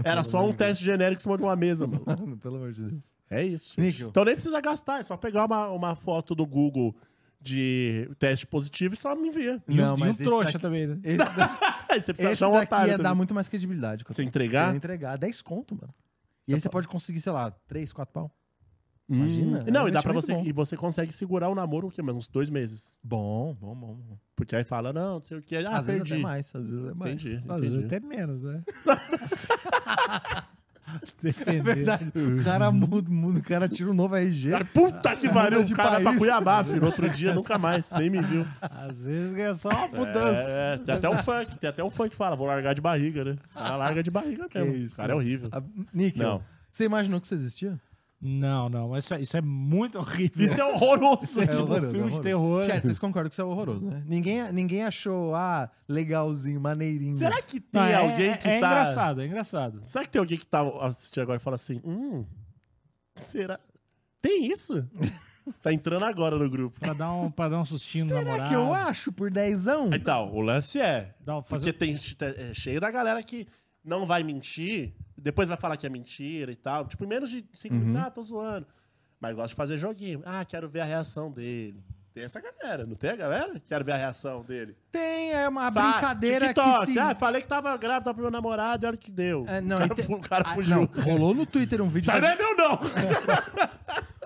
[SPEAKER 2] era só um teste genérico em cima de uma mesa, mano.
[SPEAKER 1] pelo amor de Deus.
[SPEAKER 2] É isso.
[SPEAKER 1] Níquel.
[SPEAKER 2] Então nem precisa gastar, é só pegar uma, uma foto do Google de teste positivo e só me envia.
[SPEAKER 3] E
[SPEAKER 1] Não,
[SPEAKER 3] um,
[SPEAKER 1] mas
[SPEAKER 3] e um
[SPEAKER 1] esse
[SPEAKER 3] trouxa
[SPEAKER 1] daqui-
[SPEAKER 3] também, né?
[SPEAKER 1] Esse, da,
[SPEAKER 2] Aí você precisa
[SPEAKER 1] esse
[SPEAKER 2] achar um
[SPEAKER 1] daqui é
[SPEAKER 2] otário.
[SPEAKER 1] ia dar
[SPEAKER 2] também.
[SPEAKER 1] muito mais credibilidade. Cotô.
[SPEAKER 2] Você entregar?
[SPEAKER 1] Você ia entregar 10 conto, mano.
[SPEAKER 2] Tá
[SPEAKER 1] E aí você pode conseguir, sei lá, 3, 4 pau.
[SPEAKER 2] Hum.
[SPEAKER 1] Imagina, é
[SPEAKER 2] Não,
[SPEAKER 1] um
[SPEAKER 2] e dá pra
[SPEAKER 1] investimento
[SPEAKER 2] você.
[SPEAKER 1] bom.
[SPEAKER 2] E você consegue segurar o namoro o quê? Mais uns dois meses.
[SPEAKER 1] Bom, bom, bom. bom.
[SPEAKER 2] Porque aí fala, não, não sei o quê. Ah,
[SPEAKER 1] às vezes até
[SPEAKER 2] perdi.
[SPEAKER 1] mais, às vezes até mais.
[SPEAKER 2] Entendi.
[SPEAKER 3] Às vezes
[SPEAKER 2] entendi.
[SPEAKER 3] até menos, né?
[SPEAKER 1] É verdade. O cara muda, muda, o cara tira um novo RG.
[SPEAKER 2] Cara, puta que pariu,
[SPEAKER 1] Ah, de
[SPEAKER 2] o cara vai pra
[SPEAKER 1] país.
[SPEAKER 2] Cuiabá, filho. Outro dia nunca mais, nem me viu.
[SPEAKER 3] Às vezes ganha só uma mudança.
[SPEAKER 2] É, tem até um funk, tem até um funk que fala, vou largar de barriga, né? Esse cara larga de barriga mesmo.
[SPEAKER 1] isso,
[SPEAKER 2] o cara é horrível.
[SPEAKER 1] A- Níquel,
[SPEAKER 2] Não.
[SPEAKER 1] você imaginou que isso existia?
[SPEAKER 3] Não, não, mas isso, é- isso é muito horrível.
[SPEAKER 2] Isso é horroroso.
[SPEAKER 3] É
[SPEAKER 2] tipo,
[SPEAKER 3] horroroso. filme de terror.
[SPEAKER 1] Chat, vocês concordam que isso é horroroso, né? Ninguém, ninguém achou, ah, legalzinho, maneirinho.
[SPEAKER 2] Será que tem
[SPEAKER 3] Não, é-
[SPEAKER 2] alguém
[SPEAKER 3] é,
[SPEAKER 2] que
[SPEAKER 3] é
[SPEAKER 2] tá.
[SPEAKER 3] engraçado, é engraçado.
[SPEAKER 2] Será que tem alguém que tá assistindo agora e fala assim: hum, será. Tem isso? tá entrando agora no grupo.
[SPEAKER 3] Pra dar um, pra dar um sustinho no
[SPEAKER 1] Será
[SPEAKER 3] namorado.
[SPEAKER 1] que eu acho por dezão?
[SPEAKER 2] Então, o lance é.
[SPEAKER 3] Dá um-
[SPEAKER 2] Porque tem
[SPEAKER 3] fazer...
[SPEAKER 2] é cheio da galera que não vai mentir, depois vai falar que é mentira e tal. Tipo, em menos de cinco minutos, ah, tô zoando. Mas gosta de fazer joguinho. Ah, quero ver a reação dele. Tem essa galera, não tem a galera? Quero ver a reação dele.
[SPEAKER 1] Tem, é uma
[SPEAKER 2] Tá,
[SPEAKER 1] brincadeira
[SPEAKER 2] TikTok.
[SPEAKER 1] que se...
[SPEAKER 2] Ah, falei que tava grávida pro meu namorado e olha o que deu.
[SPEAKER 1] É, não,
[SPEAKER 2] o cara,
[SPEAKER 1] e te-
[SPEAKER 2] fu- o cara
[SPEAKER 1] Ah,
[SPEAKER 2] fugiu.
[SPEAKER 1] não, rolou no Twitter um vídeo.
[SPEAKER 2] Isso aí não é meu, não!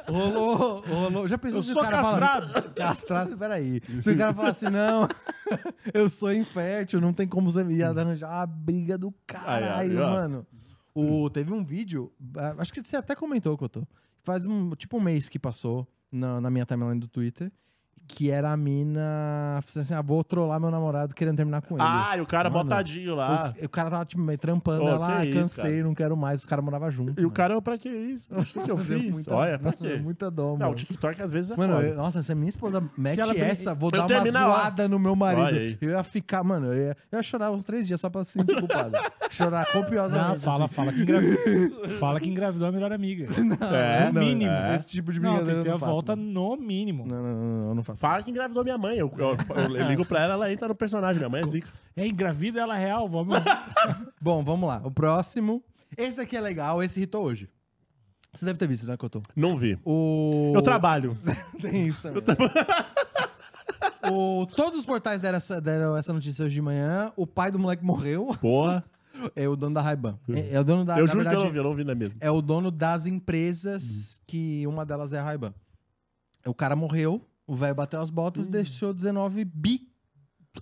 [SPEAKER 1] Rolou, rolou. Já pensou
[SPEAKER 3] Eu
[SPEAKER 1] se o
[SPEAKER 3] sou
[SPEAKER 1] cara Fala, castrado, peraí. Se o cara falar assim, não, eu sou infértil, não tem como você ia arranjar a briga do caralho,
[SPEAKER 2] Aí, ó.
[SPEAKER 1] mano. O, teve um vídeo, ah, acho que você até comentou, Cotô. Faz um, tipo um mês que passou na, na minha timeline do Twitter, que era a mina falando assim, ah, vou trollar meu namorado querendo terminar com ele.
[SPEAKER 2] Ah, e o cara
[SPEAKER 1] Mano,
[SPEAKER 2] botadinho lá.
[SPEAKER 1] Os- o cara tava, tipo, meio trampando,
[SPEAKER 2] Ô,
[SPEAKER 1] ela,
[SPEAKER 2] que
[SPEAKER 1] ah,
[SPEAKER 2] isso,
[SPEAKER 1] cansei, não quero mais, o cara morava junto.
[SPEAKER 2] E o
[SPEAKER 1] mano.
[SPEAKER 2] cara, pra que isso? O que que eu
[SPEAKER 1] Deu
[SPEAKER 2] fiz?
[SPEAKER 1] muita-
[SPEAKER 2] Olha, pra
[SPEAKER 1] mano,
[SPEAKER 2] quê?
[SPEAKER 1] Muita dó,
[SPEAKER 2] Não, o
[SPEAKER 1] mano.
[SPEAKER 2] TikTok às vezes é
[SPEAKER 1] Mano,
[SPEAKER 2] foda.
[SPEAKER 1] eu- nossa, se a minha esposa mete
[SPEAKER 3] ela bem-
[SPEAKER 1] essa, vou
[SPEAKER 2] Eu
[SPEAKER 1] dar uma
[SPEAKER 2] termino a
[SPEAKER 1] zoada no meu
[SPEAKER 2] Olha
[SPEAKER 1] marido.
[SPEAKER 2] aí.
[SPEAKER 1] Eu ia ficar, mano, eu ia, eu ia chorar uns três dias só pra se sentir culpado. chorar
[SPEAKER 3] Não,
[SPEAKER 1] copiosamente. assim.
[SPEAKER 3] fala, fala que engravidou. fala que engravidou a melhor amiga.
[SPEAKER 2] É,
[SPEAKER 3] no mínimo.
[SPEAKER 1] assim.
[SPEAKER 2] é.
[SPEAKER 1] Esse tipo de
[SPEAKER 3] Não, tem
[SPEAKER 1] brincadeira
[SPEAKER 3] que ter
[SPEAKER 1] eu
[SPEAKER 3] a
[SPEAKER 1] não faço, né?
[SPEAKER 3] volta
[SPEAKER 1] Não,
[SPEAKER 3] no mínimo.
[SPEAKER 1] não, não, não, não, eu não faço.
[SPEAKER 2] Fala que engravidou minha mãe. Eu, eu- eu- eu ligo pra ela, ela entra no personagem. Minha mãe é zica.
[SPEAKER 3] É engravida ela real, vamos.
[SPEAKER 1] Bom, vamos lá. O próximo. Esse aqui é legal, esse irritou hoje. Você deve ter visto, né, Cotô?
[SPEAKER 2] Não vi.
[SPEAKER 1] O...
[SPEAKER 2] Eu trabalho.
[SPEAKER 1] Tem isso também. o... Todos os portais deram essa, deram essa notícia hoje de manhã. O pai do moleque morreu.
[SPEAKER 2] Porra.
[SPEAKER 1] É o dono da Raiban. É, é o dono da.
[SPEAKER 2] eu
[SPEAKER 1] na
[SPEAKER 2] juro que eu
[SPEAKER 1] verdade,
[SPEAKER 2] não vi, eu não vi na mesma.
[SPEAKER 1] é o dono das empresas
[SPEAKER 2] Hum.
[SPEAKER 1] que uma delas é a Ray-Ban. O cara morreu, o velho bateu as botas, deixou 19 bi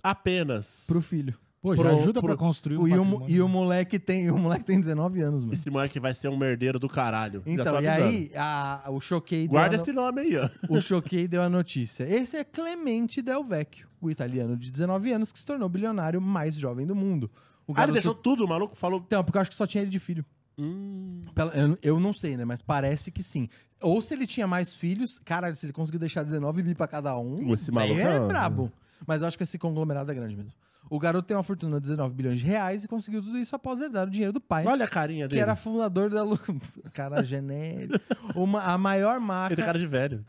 [SPEAKER 2] Apenas.
[SPEAKER 1] pro filho.
[SPEAKER 3] Pô, já Pro- ajuda pro- pra construir um
[SPEAKER 1] E o, mo-
[SPEAKER 3] patrimônio.
[SPEAKER 1] e o moleque tem, e o moleque tem 19 anos, mano.
[SPEAKER 2] Esse moleque vai ser um merdeiro do caralho. Já tô
[SPEAKER 1] Então, e
[SPEAKER 2] avisando.
[SPEAKER 1] aí, a- o Choquei deu, a
[SPEAKER 2] Guarda
[SPEAKER 1] no-
[SPEAKER 2] esse nome aí, ó. Ah,
[SPEAKER 1] o Choquei deu a notícia. Esse é Clemente Del Vecchio, o italiano de 19 anos que se tornou o bilionário mais jovem do mundo. O
[SPEAKER 2] Ah,
[SPEAKER 1] garoto-
[SPEAKER 2] ele deixou tudo, o maluco falou.
[SPEAKER 1] Então, porque eu acho que só tinha ele de filho.
[SPEAKER 2] Hum,
[SPEAKER 1] Pela- Eu, eu não sei, né? Mas parece que sim. Ou se ele tinha mais filhos, caralho, se ele conseguiu deixar 19 bi pra cada um,
[SPEAKER 2] Esse
[SPEAKER 1] velho,
[SPEAKER 2] maluco é
[SPEAKER 1] é
[SPEAKER 2] um-
[SPEAKER 1] brabo. Mas eu acho que esse conglomerado é grande mesmo. O garoto tem uma fortuna de 19 bilhões de reais e conseguiu tudo isso após herdar o dinheiro do pai,
[SPEAKER 2] olha a carinha
[SPEAKER 1] que
[SPEAKER 2] dele.
[SPEAKER 1] era fundador da... Lu- Cara, genérico. Uma, a maior marca...
[SPEAKER 2] Ele tem cara de velho.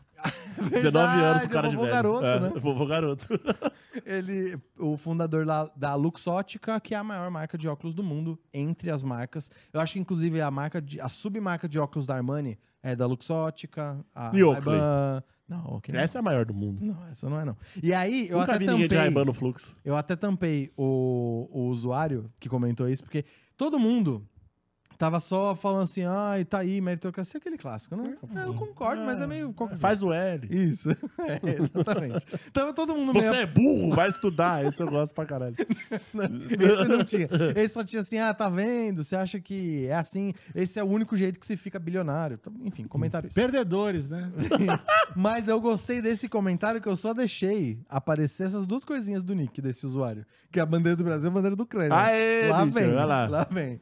[SPEAKER 1] Verdade,
[SPEAKER 2] 19 anos com
[SPEAKER 1] é
[SPEAKER 2] cara
[SPEAKER 1] o
[SPEAKER 2] de
[SPEAKER 1] vovô
[SPEAKER 2] velho.
[SPEAKER 1] garoto,
[SPEAKER 2] é,
[SPEAKER 1] né?
[SPEAKER 2] Vovô garoto.
[SPEAKER 1] Ele, o fundador lá da Luxótica, que é a maior marca de óculos do mundo, entre as marcas. Eu acho que, inclusive, a marca de, a submarca de óculos da Armani é da Luxótica. A
[SPEAKER 2] E Oakley?
[SPEAKER 1] Ray-Ban- Não, Oakley não.
[SPEAKER 2] Essa é a maior do mundo.
[SPEAKER 1] Não, essa não é, não. E aí, eu
[SPEAKER 2] Nunca
[SPEAKER 1] até
[SPEAKER 2] vi ninguém de
[SPEAKER 1] tampei...
[SPEAKER 2] Raiban no fluxo.
[SPEAKER 1] Eu até tampei o, o usuário que comentou isso, porque todo mundo tava só falando assim, ai, tá aí, meritocracia, aquele clássico, né? É, eu concordo, mas é meio... qualquer coisa."
[SPEAKER 2] Faz o L.
[SPEAKER 1] Isso, é, exatamente. Tava todo mundo meio...
[SPEAKER 2] Você é burro, vai estudar. Esse eu gosto pra caralho.
[SPEAKER 1] Esse não tinha. Esse só tinha assim, ah, tá vendo? Você acha que é assim? Esse é o único jeito que você fica bilionário. Então, Enfim, comentário
[SPEAKER 2] Uhum.
[SPEAKER 1] isso.
[SPEAKER 3] Perdedores, né?
[SPEAKER 1] Mas eu gostei desse comentário que eu só deixei aparecer essas duas coisinhas do nick desse usuário. Que é a bandeira do Brasil e a bandeira do Ucrânia.
[SPEAKER 2] Aê,
[SPEAKER 1] lá
[SPEAKER 2] bicho,
[SPEAKER 1] vem,
[SPEAKER 2] olha lá.
[SPEAKER 1] vem.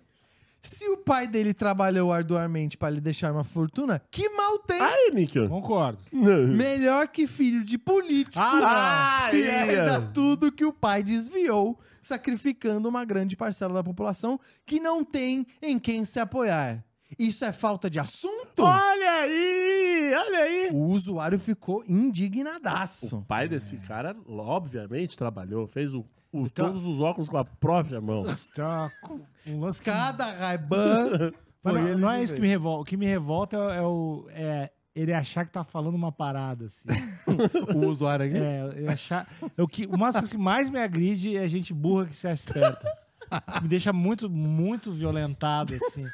[SPEAKER 1] Se o pai dele trabalhou arduamente pra lhe deixar uma fortuna, que mal tem!
[SPEAKER 2] Aí, Níquel.
[SPEAKER 3] Concordo.
[SPEAKER 1] Melhor que filho de político.
[SPEAKER 2] Ah, não.
[SPEAKER 1] que
[SPEAKER 2] Aí,
[SPEAKER 1] herda
[SPEAKER 2] ó.
[SPEAKER 1] tudo que o pai desviou, sacrificando uma grande parcela da população que não tem em quem se apoiar. Isso é falta de assunto?
[SPEAKER 2] Olha aí! Olha aí!
[SPEAKER 1] O usuário ficou indignadaço.
[SPEAKER 2] O pai desse cara, obviamente, trabalhou, fez o, o-
[SPEAKER 3] Então-
[SPEAKER 2] todos os óculos com a própria mão.
[SPEAKER 3] Tá com um lance que...
[SPEAKER 1] Cada Ray-Ban foi
[SPEAKER 3] Mas não,
[SPEAKER 1] ele
[SPEAKER 3] não é
[SPEAKER 1] que
[SPEAKER 3] isso que me
[SPEAKER 1] veio.
[SPEAKER 3] revolta. O que me revolta é, é o... É ele achar que tá falando uma parada, assim.
[SPEAKER 1] O usuário aqui.
[SPEAKER 3] É, ele achar... é o que, uma das coisas que mais me agride é gente burra que se acha esperta. Me deixa muito, muito violentado, assim.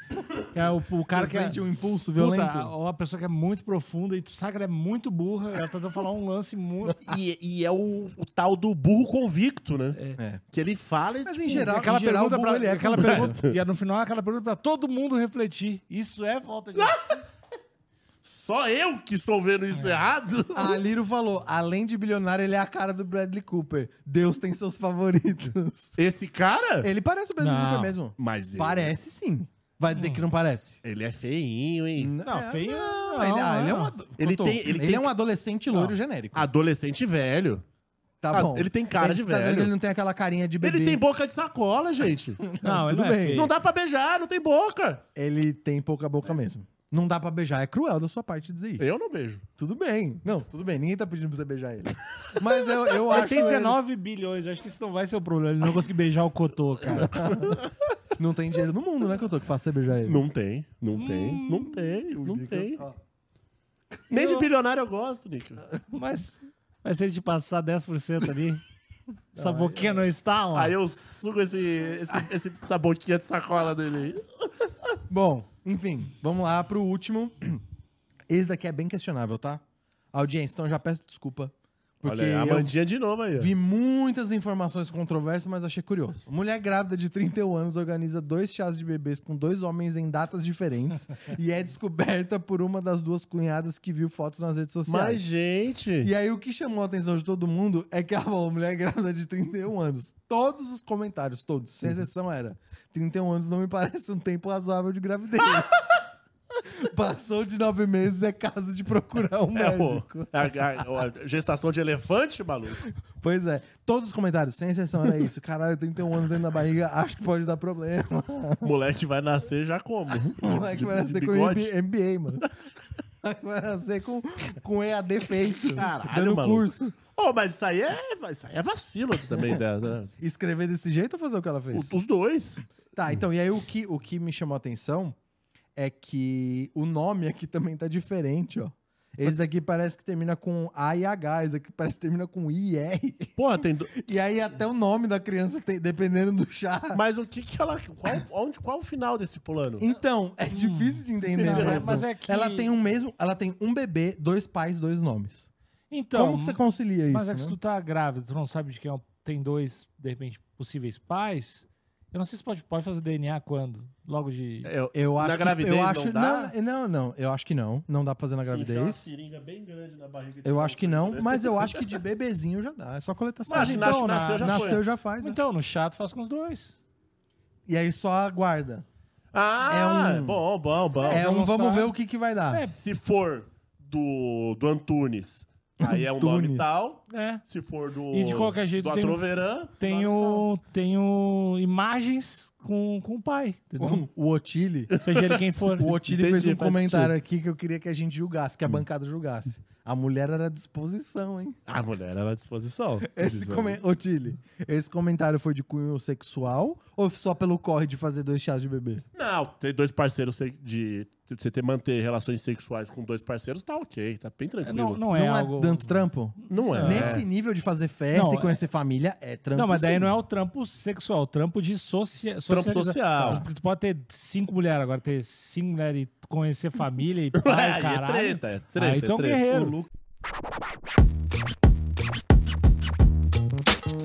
[SPEAKER 3] É o, o cara
[SPEAKER 1] Você
[SPEAKER 3] que... é-
[SPEAKER 1] sente um impulso
[SPEAKER 3] Puta,
[SPEAKER 1] violento.
[SPEAKER 3] a- uma pessoa que é muito profunda e tu sabe que ela é muito burra, ela tá tentando falar um lance muito.
[SPEAKER 2] E, e é o, o tal do burro convicto, né?
[SPEAKER 1] É.
[SPEAKER 2] Que ele fala e.
[SPEAKER 1] Mas
[SPEAKER 2] tipo,
[SPEAKER 1] em geral,
[SPEAKER 3] aquela
[SPEAKER 1] em geral
[SPEAKER 3] pergunta
[SPEAKER 1] o burro,
[SPEAKER 3] pra,
[SPEAKER 1] ele é
[SPEAKER 3] aquela
[SPEAKER 1] contra-
[SPEAKER 3] pergunta, e no final aquela pergunta é pra todo mundo refletir. Isso é falta de.
[SPEAKER 2] Só eu que estou vendo isso errado?
[SPEAKER 1] A Liro falou, além de bilionário, ele é a cara do Bradley Cooper. Deus tem seus favoritos.
[SPEAKER 2] Esse cara?
[SPEAKER 1] Ele parece o Bradley
[SPEAKER 3] Não.
[SPEAKER 1] Cooper mesmo.
[SPEAKER 2] Mas ele,
[SPEAKER 1] É. Parece sim. Vai dizer que não parece?
[SPEAKER 2] ele é feinho, hein?
[SPEAKER 3] Não, feio.
[SPEAKER 1] É, Não, ele, ah, ele é um ado-
[SPEAKER 2] Ele
[SPEAKER 1] Cotô,
[SPEAKER 2] tem- ele tem-
[SPEAKER 1] é um adolescente loiro
[SPEAKER 3] Não.
[SPEAKER 1] genérico.
[SPEAKER 2] Adolescente velho.
[SPEAKER 1] Tá
[SPEAKER 2] ah,
[SPEAKER 1] bom.
[SPEAKER 2] ele tem cara de
[SPEAKER 1] você tá dizendo
[SPEAKER 2] velho.
[SPEAKER 1] que Ele não tem aquela carinha de bebê.
[SPEAKER 2] Ele tem boca de sacola, gente.
[SPEAKER 3] Não,
[SPEAKER 1] tudo
[SPEAKER 3] tudo
[SPEAKER 1] bem.
[SPEAKER 3] bem.
[SPEAKER 2] não dá pra beijar, não tem boca.
[SPEAKER 1] Ele tem pouca boca mesmo. Não dá pra beijar. É cruel da sua parte dizer isso.
[SPEAKER 2] Eu não beijo.
[SPEAKER 1] É, Tudo bem. Não, tudo bem. Ninguém tá pedindo pra você beijar ele. Mas eu, eu acho...
[SPEAKER 3] Ele tem 19 bilhões, acho que isso não vai ser o problema. Ele não conseguir beijar o Cotô, cara.
[SPEAKER 1] Não tem dinheiro no mundo, né, que eu tô que faça você beijar ele.
[SPEAKER 2] Não tem, não tem, não tem, não
[SPEAKER 1] Nico-
[SPEAKER 2] tem.
[SPEAKER 1] ó.
[SPEAKER 2] Hum. Nem de bilionário eu gosto, Nico.
[SPEAKER 1] Ah.
[SPEAKER 3] Mas, mas se ele te passar 10% ali, essa boquinha não instala.
[SPEAKER 2] Aí eu sugo esse, esse, esse, essa boquinha de sacola dele aí.
[SPEAKER 1] Bom, enfim, vamos lá pro último. Esse daqui é bem questionável, tá? Audiência, então eu já peço desculpa. Porque
[SPEAKER 2] Olha, aí, a
[SPEAKER 1] eu
[SPEAKER 2] Mandinha de novo aí. ó.
[SPEAKER 1] Vi muitas informações controversas, mas achei curioso. Mulher grávida de 31 anos organiza dois chás de bebês com dois homens em datas diferentes e é descoberta por uma das duas cunhadas que viu fotos nas redes
[SPEAKER 2] Mas,
[SPEAKER 1] sociais.
[SPEAKER 2] gente.
[SPEAKER 1] E aí o que chamou a atenção de todo mundo é que a mulher grávida de 31 anos, todos os comentários, todos,
[SPEAKER 2] Uhum.
[SPEAKER 1] sem exceção era 31 anos não me parece um tempo razoável de gravidez. Passou de nove meses, é caso de procurar um
[SPEAKER 2] É, pô,
[SPEAKER 1] médico.
[SPEAKER 2] a, a- a gestação de elefante, maluco.
[SPEAKER 1] Pois é. Todos os comentários, sem exceção, era isso. Caralho, 31 anos dentro da barriga, acho que pode dar problema.
[SPEAKER 2] O moleque vai nascer já como?
[SPEAKER 1] O moleque vai nascer com MBA, MBA, mano. O moleque Vai nascer com, com EAD feito.
[SPEAKER 2] Caralho,
[SPEAKER 1] dando
[SPEAKER 2] maluco.
[SPEAKER 1] curso.
[SPEAKER 2] Oh, mas isso aí é, isso aí é vacilo também dela. né?
[SPEAKER 1] Escrever desse jeito ou fazer o que ela fez?
[SPEAKER 2] O- Os dois.
[SPEAKER 1] Tá, então, e aí o que, o que me chamou a atenção é que o nome aqui também tá diferente, ó. Esse daqui parece que termina com A e H, esse aqui parece que termina com I e R.
[SPEAKER 2] Porra, tem. do-
[SPEAKER 1] E aí até o nome da criança, tem, dependendo do chá.
[SPEAKER 2] Mas o que que ela. Qual, onde, qual o final desse plano?
[SPEAKER 1] Então, é difícil de entender
[SPEAKER 3] Hum. Não,
[SPEAKER 1] mesmo.
[SPEAKER 3] mas é que-
[SPEAKER 1] Ela tem um mesmo, ela tem um bebê, dois pais, dois nomes.
[SPEAKER 3] Então,
[SPEAKER 1] Como que você concilia isso?
[SPEAKER 3] mas é que se
[SPEAKER 1] né?
[SPEAKER 3] tu tá grávida, tu não sabe de quem é, o- tem dois, de repente, possíveis pais, eu não sei se pode, pode fazer DNA quando? Logo de.
[SPEAKER 2] Eu,
[SPEAKER 1] Eu acho
[SPEAKER 2] na
[SPEAKER 1] que-
[SPEAKER 2] gravidez
[SPEAKER 1] eu
[SPEAKER 2] não
[SPEAKER 1] acho,
[SPEAKER 2] dá?
[SPEAKER 1] Não, é, não, não, eu acho que não. Não dá pra fazer na
[SPEAKER 2] se enfiar uma
[SPEAKER 1] gravidez.
[SPEAKER 2] seringa bem grande na barriga de
[SPEAKER 1] Eu
[SPEAKER 2] um
[SPEAKER 1] acho que
[SPEAKER 2] sangue,
[SPEAKER 1] não,
[SPEAKER 2] né?
[SPEAKER 1] mas eu acho que de bebezinho já dá. É só coletar
[SPEAKER 2] Mas
[SPEAKER 1] sangue.
[SPEAKER 2] nasce-
[SPEAKER 3] então, na-
[SPEAKER 2] nasceu, já
[SPEAKER 1] Nasceu, já faz. né?
[SPEAKER 3] Então, no chato faz com os dois.
[SPEAKER 1] E aí só aguarda.
[SPEAKER 2] Ah,
[SPEAKER 1] É um-
[SPEAKER 2] bom, bom, bom.
[SPEAKER 1] É um
[SPEAKER 3] não
[SPEAKER 1] vamos
[SPEAKER 3] sabe.
[SPEAKER 1] ver o que, que vai dar.
[SPEAKER 3] É
[SPEAKER 2] É, Se for do, do Antunes, aí é um nome
[SPEAKER 1] Antunes.
[SPEAKER 2] tal.
[SPEAKER 3] É.
[SPEAKER 2] Se for do.
[SPEAKER 3] E de qualquer jeito
[SPEAKER 2] do
[SPEAKER 3] tem-
[SPEAKER 2] Atroveran. nome
[SPEAKER 3] Tenho, tenho imagens com, com o pai, entendeu?
[SPEAKER 1] O- O Otile,
[SPEAKER 3] Seja ele quem for.
[SPEAKER 1] o Otile
[SPEAKER 2] Entendi,
[SPEAKER 1] fez um
[SPEAKER 2] faz
[SPEAKER 1] comentário aqui que eu queria que a gente julgasse, que
[SPEAKER 2] Hum.
[SPEAKER 1] a bancada julgasse. A mulher era à disposição, hein?
[SPEAKER 2] tal. A mulher era à disposição.
[SPEAKER 1] Esse
[SPEAKER 2] Eles vão-
[SPEAKER 1] come... Otile, esse comentário foi de cunho sexual ou só pelo corre de fazer dois chás de bebê?
[SPEAKER 2] Não, ter dois parceiros se- de. de Você ter manter relações sexuais com dois parceiros tá ok, tá bem tranquilo.
[SPEAKER 3] Não, não
[SPEAKER 1] Não
[SPEAKER 3] é
[SPEAKER 1] é,
[SPEAKER 3] algo...
[SPEAKER 1] tanto trampo?
[SPEAKER 2] Não é.
[SPEAKER 1] Nesse nível de fazer festa
[SPEAKER 3] Não,
[SPEAKER 1] e conhecer família, é trampo.
[SPEAKER 3] Não, mas daí
[SPEAKER 1] sim.
[SPEAKER 3] não é o trampo sexual, é o trampo de socia
[SPEAKER 2] Trampo
[SPEAKER 3] socializa-
[SPEAKER 2] social.
[SPEAKER 3] Porque tu pode ter cinco mulheres, agora ter cinco mulheres e conhecer família e
[SPEAKER 2] Aí
[SPEAKER 3] pai,
[SPEAKER 2] é
[SPEAKER 3] caralho.
[SPEAKER 2] treta, é treta.
[SPEAKER 3] Aí tu é um
[SPEAKER 2] treta.
[SPEAKER 3] guerreiro.
[SPEAKER 2] O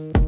[SPEAKER 2] Lu-